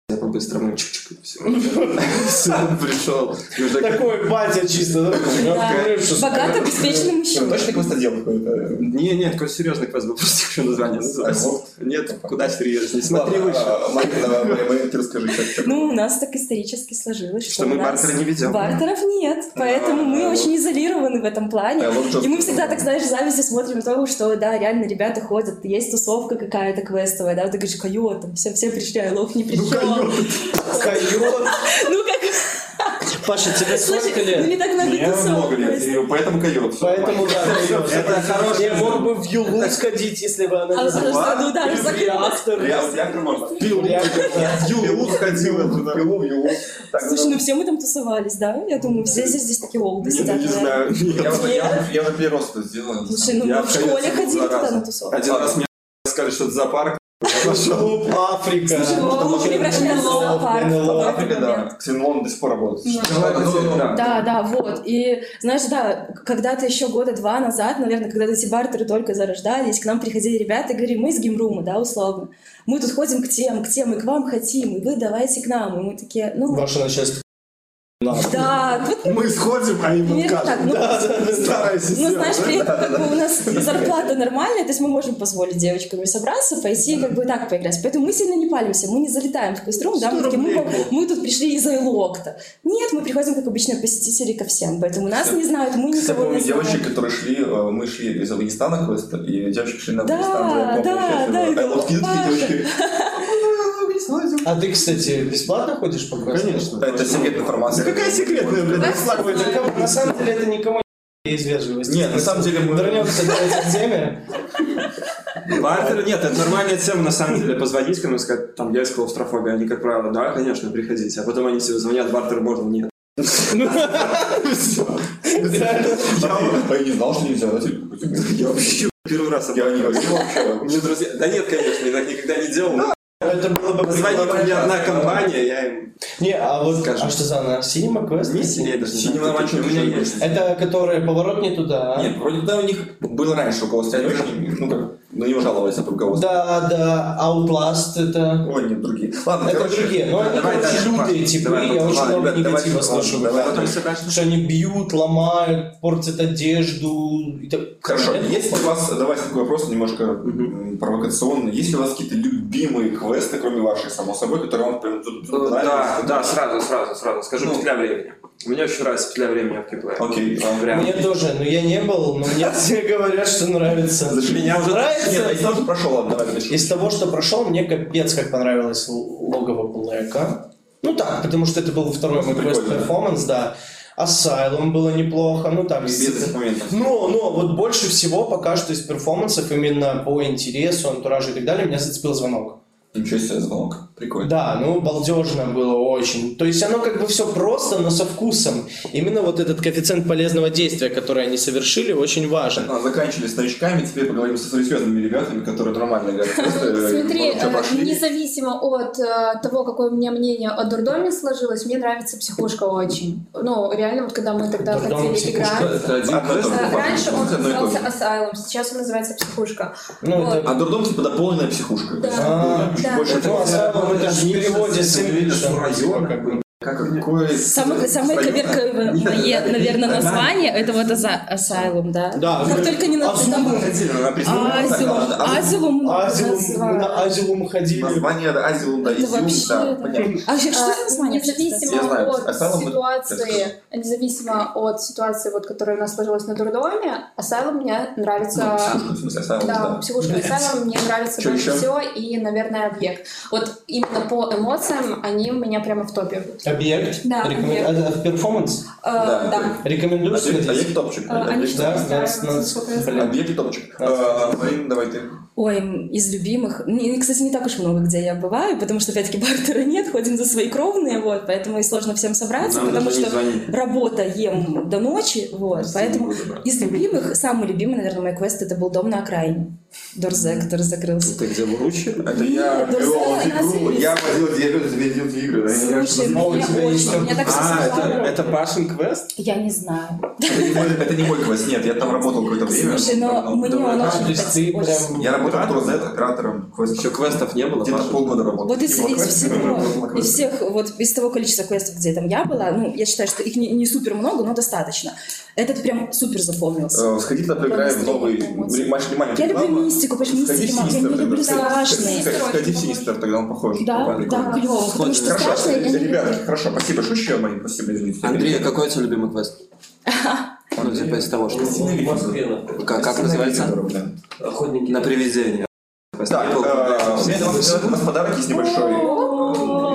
S5: Я по-быстрому чик-чик, и всё. Всё, пришел.
S1: Ну,
S5: И уже так,
S6: Такой батя чисто, да? Говорю, что с-
S7: Богатый, обеспеченный
S1: Ну,
S7: мужчина.
S1: Точно квестодел какой-то?
S5: Не, нет, какой серьезный квест был, просто еще название называется. Нет, куда серьезно, не смотри
S1: Ладно,
S5: выше.
S1: а, Марина, давай, Марина, Марина, ты расскажи, как так.
S7: Ну, у нас так исторически сложилось, что,
S5: Что мы
S7: у нас
S5: бартера не ведем.
S7: Бартеров нет, поэтому мы очень изолированы в этом плане.
S1: А, вот
S7: И мы
S1: жёстко.
S7: всегда, так знаешь, с завистью смотрим то, что, да, реально ребята ходят, есть тусовка какая-то квестовая, да, ты говоришь, койот, там все, все пришли, а лох не пришел.
S6: койот.
S7: Ну, как,
S6: Паша, тебе сколько
S7: слушай,
S6: лет?
S7: ну не так много
S1: Мне много
S7: тусовок.
S1: лет,
S7: квестов.
S1: и поэтому койот. всё
S6: Поэтому
S1: нормально.
S6: да, ну,
S5: Это хороший
S6: Я мог бы в Югу сходить, если бы
S7: А,
S6: она не
S7: просто, ну да, закрылась.
S6: Реактор.
S1: Я- я говорю, можно.
S6: Пил, реактор, да.
S1: Пилу сходил, в пилу, в Юлу. Так,
S7: Слушай, ну все мы там тусовались, да? Я думаю, все здесь, здесь такие олды
S5: Не, ну,
S7: сидят.
S5: не
S7: да.
S5: знаю.
S1: Я вот- я- я вот первый раз это сделал.
S7: Слушай, ну
S5: Я
S7: мы в
S5: в конец
S7: школе
S5: был
S7: ходили
S5: два
S7: туда
S5: раза.
S7: на тусовку.
S5: Один раз мне сказали, что это зоопарк. Я пошел.
S6: Клуб Африка.
S7: ну,
S6: А
S7: Мы превращали в зоопарк.
S6: НЛО,
S7: в этот
S1: Африка, да.
S7: момент.
S1: Ксенон до сих пор работает.
S5: Давай,
S1: ну,
S5: давай, да.
S7: Да, да, вот. И знаешь, да, когда-то еще года два назад, наверное, когда эти бартеры только зарождались, к нам приходили ребята и говорили, мы из геймрума, да, условно. Мы тут ходим к тем, к тем, и к вам хотим, и вы давайте к нам. И мы такие, ну,
S6: Ваше начальство.
S7: да, вот
S1: Мы сходим, а им
S7: примерно так. Ну,
S1: Старая
S7: Ну, знаешь, при этом как бы у нас зарплата нормальная, то есть мы можем позволить девочками собраться, пойти и как бы так поиграть. Поэтому мы сильно не палимся, мы не залетаем в квеструм, да, мы такие, мы, по- мы тут пришли из-за Элокта. Нет, мы приходим, как обычно, посетители ко всем, поэтому нас не знают, мы
S1: Кстати,
S7: никого не
S1: помню девочек,
S7: знаем.
S1: которые шли, э, мы шли из Афганистана квест, и девочки шли на
S7: Да,
S1: Афганистан. вдвоем,
S7: да,
S1: помню, сейчас
S7: да,
S1: было.
S7: это
S1: А вот такие
S7: важно.
S1: девочки.
S6: А ты, кстати, бесплатно ходишь по квестам?
S1: Да, Это секретная информация.
S6: секретная, блядь, бесплатная?
S4: знаю.
S6: Никому- На самом деле это никому не из вежливости.
S1: Нет, на самом деле мы...
S6: Вернемся давайте к теме.
S5: Бартер, нет, это нормальная тема, на самом деле, позвонить кому и сказать, там, я из клаустрофобии, они, как правило, да, конечно, приходите, а потом они все звонят, бартер можно, нет.
S1: Я не знал, что нельзя, да, типа, какой-то-
S5: Я вообще первый раз об
S1: Я
S5: этом
S1: не
S5: говорю.
S1: говорил вообще.
S5: Мне друзья, да нет, конечно, я так никогда не делал, но
S6: Это было бы
S5: позвонила
S6: прикольно.
S5: мне одна компания, я им...
S6: Не, а вот,
S5: Скажи.
S6: а что за она? Синема квест?
S5: Миссия, я даже не знаю,
S1: Синема
S5: кто
S1: Мачо
S5: такие, у меня
S1: Мишель.
S5: есть.
S6: Это которые поворот не туда, а?
S1: Нет, вроде да, у них был раньше руководство, они очень, ну как, на него жаловались от руководства.
S6: Да, да, Outlast это...
S1: Ой, нет, другие. Ладно,
S6: Это
S1: короче,
S6: другие, но они,
S1: давай
S6: короче,
S1: дальше,
S6: лютые
S1: Паш,
S6: типы,
S1: давай,
S6: я очень
S1: ладно,
S6: много
S1: ребят, давайте,
S6: негатива
S1: ладно,
S6: слышу.
S1: давай.
S5: А Потом все кажется,
S6: Потому что они бьют, ломают, портят одежду. и так-
S1: Хорошо,
S6: Это-
S1: есть ли у вас, давайте такой вопрос немножко м, провокационный, есть ли у вас какие-то любимые квесты, кроме ваших, само собой, которые вам прям зуб- зуб
S5: Да,
S1: нравятся?
S5: «Ну, да, сразу, сразу, сразу. Скажу
S1: Ну.
S5: петля времени. Мне очень нравится петля времени в киплее.
S1: Окей, а,
S5: Прям.
S6: Мне тоже, но я не был, но мне все говорят, что нравится.
S1: Слушай, меня уже...
S6: Нравится?
S1: Нет, а я тоже прошел, ладно, давай, Миша.
S6: Из того, что прошел, мне капец как понравилось л- логово Блэка. Ну так, потому что это был второй мой
S1: Прикольно.
S6: квест перформанс, да. Асайлум было неплохо, ну так.
S1: Без этих моментов.
S6: Но, но Ну, вот больше всего пока что из перформансов именно по интересу, антуражу и так далее меня зацепил звонок.
S1: Ничего себе, звонок. Прикольно.
S6: Да, ну балдежно было очень. То есть оно как бы все просто, но со вкусом. Именно вот этот коэффициент полезного действия, который они совершили, очень важен.
S1: А, Заканчивали с новичками, теперь поговорим со серьезными ребятами, которые нормально играют. в квесты, э,
S4: Смотри,
S1: всё
S4: э,
S1: прошли.
S4: независимо от э, того, какое у меня мнение о Дурдоме сложилось, мне нравится психушка очень. Ну, реально, вот когда мы тогда
S6: Дурдом и
S4: хотели
S6: психушка.
S4: играть.
S1: Это один
S5: А,
S1: квест,
S4: э,
S1: по факту,
S4: Раньше он
S1: это одно и то же.
S4: назывался Asylum, сейчас он называется психушка.
S6: Ну,
S4: Вот.
S6: это...
S1: А дурдом типа дополненная психушка.
S4: Да.
S6: А,
S4: Да.
S1: Больше
S6: ну, а самое это в переводе с
S5: С района,
S6: района.
S5: как бы.
S1: Как какое...
S7: Самое, самое коверковое, наверное, название это вот аза- Асайлум, да?
S6: Да, э,
S7: Как
S6: говорит,
S7: только не надо
S6: «Азулум».
S7: домой. А,
S1: а,
S7: Азилум. Азилум.
S6: Азилум, мы на Азилум ходили.
S1: Название, да, Азилум, да,
S7: Это
S1: Изюм,
S7: вообще,
S1: да,
S7: да.
S1: понятно.
S7: А вообще, что за
S4: А,
S7: название?
S4: Независимо
S1: Я знаю,
S4: от
S1: Asylum это-
S4: ситуации, независимо от ситуации, вот, которая у нас сложилась на Дурдоме, Asylum мне
S1: Ну,
S4: нравится...
S1: психушка, в смысле, Asylum,
S4: Да,
S1: да.
S4: психушка Асайлом мне нравится
S1: Чё
S4: больше
S1: ещё?
S4: всего и, наверное, объект. Вот именно по эмоциям они у меня прямо в топе.
S6: Объект?
S4: Да,
S6: Рекомен-
S4: объект.
S6: а, а, Перформанс?
S4: Э, Да.
S6: Рекомендую
S1: Объект
S6: сходить?
S1: объект а топчик.
S7: А,
S4: Э, Они
S1: Объект
S4: что
S6: да,
S4: устраиваются,
S6: нас- нас-
S4: сколько я знаю.
S6: блин.
S1: Объект топчик. А, Марина, давай ты.
S7: Ой, м, из любимых. Не- Кстати, не так уж много, где я бываю, потому что, опять-таки, бартера нет, ходим за свои кровные, вот, поэтому и сложно всем собраться,
S5: Нам
S7: потому
S5: даже не
S7: что
S5: звонили.
S7: работа ем до ночи, вот, поэтому из любимых, самый любимый, наверное, мой квест, это был дом на окраине. Дорзек, Дорзек закрылся.
S5: Ты где вручи?
S1: Это А я
S7: Нет,
S1: вел
S7: Дорзена
S1: игру,
S7: насилие.
S1: я водил, я вел- видел эти игры. да, я-
S7: Слушай, мне
S1: Мол, у тебя есть
S7: очень, мне так
S5: А,
S7: сейчас
S5: это,
S7: стало.
S5: это Пашин квест?
S7: Я не знаю.
S1: Это не мой- это не мой квест, нет, я там работал какое-то время.
S7: Слушай, но
S1: давно.
S7: мне он очень кстати, очень-
S1: Я работал в Розет оператором
S5: Еще
S1: квестов.
S5: квестов не было,
S1: Где-то
S5: Паша?
S1: полгода работал.
S7: Вот из,
S1: Не было
S7: из
S1: квестов, я работал на
S7: всего, из
S1: квестах.
S7: всех, вот из того количества квестов, где там я была, ну, я считаю, что их не, не супер много, но достаточно. Этот прям супер запомнился.
S1: Э, Сходите, тогда поиграем в новый
S7: Эмоции.
S1: матч внимания.
S7: Я люблю
S1: реклама.
S7: мистику, потому что
S1: Сходи в
S7: мистика, я не
S1: Синистер
S7: люблю
S1: тогда.
S7: страшные.
S1: Сходи- Сходи в Синистер, тогда он похож.
S7: Да,
S1: Прикольно.
S7: да, клево, потому что
S1: Хорошо,
S7: страшные я не люблю.
S1: ребята, хорошо, спасибо, что еще мои, спасибо, извините.
S5: Андрей, а какой у тебя любимый квест? Ну, типа из того, что...
S8: В Москве, нахуй.
S5: Как, как называется?
S8: Охотники.
S5: На привидение.
S1: Так, э, у меня для вас- для вас подарок есть небольшой.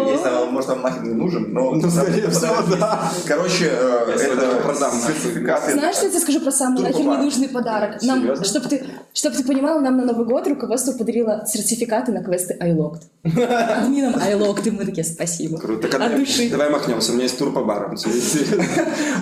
S1: Я не знаю, может, вам нахер не нужен, но...
S5: Ну, скорее всего,
S1: подарок есть. Короче, э, это
S5: сегодня продам, нахер.
S1: сертификаты.
S7: Знаешь, что я тебе скажу про самый
S1: Турбо
S7: нахер
S1: бар.
S7: ненужный подарок? Нам,
S5: Серьезно?
S7: чтобы ты, чтобы ты понимал, нам на Новый год руководство подарило сертификаты на квесты iLocked. Админам iLocked, и мы такие, спасибо.
S5: э, Круто.
S7: От души.
S5: Давай махнемся, у меня есть тур по барам.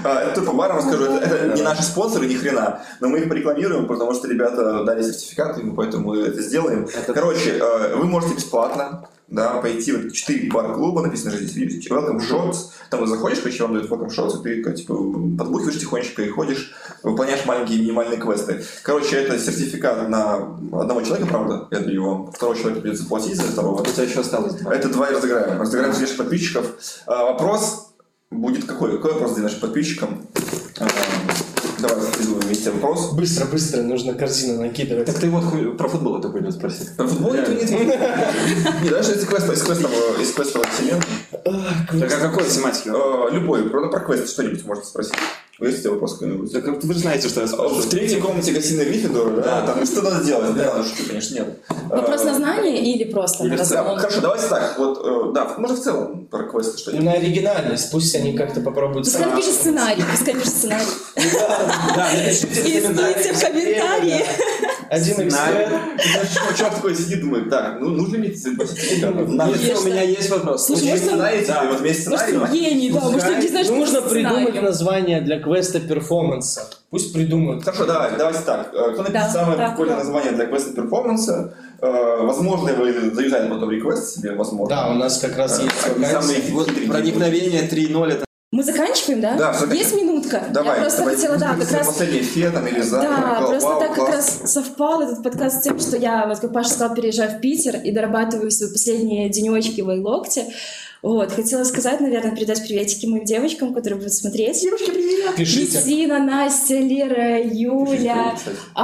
S1: А, Это по барам расскажу, это, это не наши спонсоры, ни хрена, но мы их порекламируем, потому что ребята дали сертификат, и мы поэтому это сделаем. Короче, э, вы можете бесплатно да, пойти в 4 бар клуба, написано же здесь welcome shots, там ты заходишь, короче, вам дают welcome shots, и ты как, типа, подбухиваешь тихонечко и ходишь, выполняешь маленькие минимальные квесты. Короче, это сертификат на одного человека, правда, я даю вам, второго человека придется платить за второго.
S5: У тебя еще осталось два.
S1: Это два и разыграем. Разыграем среди подписчиков. А, вопрос будет какой? Какой вопрос для наших подписчикам? А, давай придумаем вместе вопрос.
S6: Быстро, быстро, нужно корзину накидывать.
S5: Так ты вот хуй- про футбол эту хуйню спроси.
S1: Про футбол никто не ответил. Не, даже из квеста, из квестового, из квестового сегмента.
S5: Так а какой тематики?
S1: Э, Любой, про, про квест что-нибудь можете спросить. Вы есть у тебя вопрос какой-нибудь?
S5: Так вы же знаете, что я
S1: А, В
S5: спрашиваю.
S1: третьей комнате гостиной Гриффиндора, да? Там ну, что надо делать? Да, ну шучу, конечно, нет.
S7: Вопрос
S1: Э,
S7: на знание или просто?
S1: или
S7: на
S1: в целом.
S7: разговор?
S1: Хорошо, давайте так. Вот, э, да, может в целом про квесты что-нибудь.
S6: На оригинальность, пусть они как-то попробуют
S7: Пускай
S6: сами.
S7: напишет Ну, сценарий, пускай напишет сценарий.
S5: Да, напишите
S7: И скиньте в комментарии.
S6: Один эксперт.
S1: Черт такой сидит, думает, так, ну нужно иметь сертификат. Надо
S5: Если у меня есть вопрос.
S7: Слушай,
S1: Есть
S7: может, он-
S1: сценарий,
S5: Да. Ну,
S1: тебе вот вместе
S7: Может,
S1: сценарий.
S7: он гений, да, может, он не знает, что
S6: Нужно
S7: за
S6: Ну, придумать
S7: сценарий.
S6: название для квеста перформанса. Пусть придумают.
S1: Хорошо, давай, давайте так. Э, Кто напишет
S7: Да,
S1: самое
S7: да,
S1: прикольное
S7: да.
S1: название для квеста перформанса? Э, Возможно, вы заюзали потом реквест себе, возможно.
S6: Да, у нас как раз
S1: Э,
S6: есть
S1: они
S6: вакансия.
S1: самые
S5: Вот
S1: хитрые.
S5: проникновение 3.0 это...
S7: Мы заканчиваем, да?
S1: Да, всё,
S7: Есть минутка?
S1: Давай,
S7: Я просто
S1: давай,
S7: хотела, да,
S1: пусть
S7: как раз...
S1: Последний эфир там или за.
S7: Да,
S1: вау,
S7: просто
S1: вау,
S7: так как
S1: класс.
S7: раз совпал этот подкаст с тем, что я, вот как Паша сказал, переезжаю в Питер и дорабатываю свои последние денечки в Айлокте. Вот, хотела сказать, наверное, передать приветики моим девочкам, которые будут смотреть. Девочки, привет!
S6: Пишите.
S7: Кристина, Настя, Лера, Юля,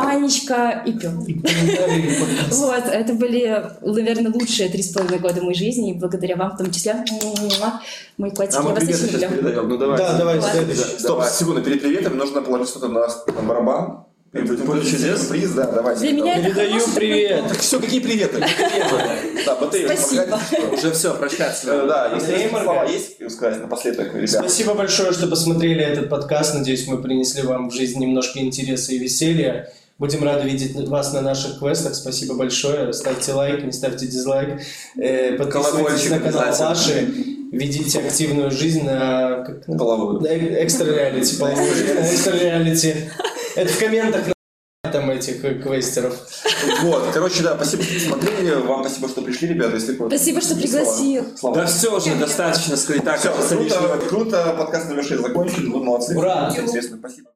S7: Анечка и Пётр. Вот, это были, наверное, лучшие три с половиной года моей жизни, и благодаря вам в том числе. Муа. Мои котики,
S5: А
S7: я
S5: мы
S7: вас
S5: привет
S7: очень
S5: сейчас
S7: люблю.
S5: передаем. Ну давай.
S6: Да, давай,
S7: Ладно.
S6: следующий.
S1: Стоп, секунду, перед приветом нужно положить что-то на, на барабан. И будет
S5: поле чудес?
S1: Сюрприз, да, давайте.
S7: Для меня это
S6: Передаю
S7: хороший
S6: привет.
S7: такой-
S1: Все, какие приветы? Да, батарея уже
S7: Спасибо.
S1: моргает.
S5: Уже все, прощаться.
S1: Э, Да,
S6: Андрей
S1: если
S6: Маргай.
S1: слова есть сказать напоследок, ребят.
S6: Спасибо большое, что посмотрели этот подкаст. Надеюсь, мы принесли вам в жизнь немножко интереса и веселья. Будем рады видеть вас на наших квестах. Спасибо большое. Ставьте лайк, не ставьте дизлайк. Э, Подписывайтесь
S5: Колокольчик
S6: на канал
S5: обязательно.
S6: Паши. Ведите активную жизнь на... как- на-
S1: Половую.
S6: на э- Экстра реалити. по-моему, на Экстра реалити. Это в комментах на там этих э, квестеров.
S1: Вот, короче, да, спасибо, что смотрели. Вам спасибо, что пришли, ребята. Если коротко.
S7: Спасибо, что пригласил.
S1: Слава.
S5: Да все уже достаточно, скажи так.
S1: Все,
S5: это лишнего.
S1: круто, круто, подкаст номер 6 закончен. Вы молодцы.
S6: Ура!
S1: Интересно, спасибо.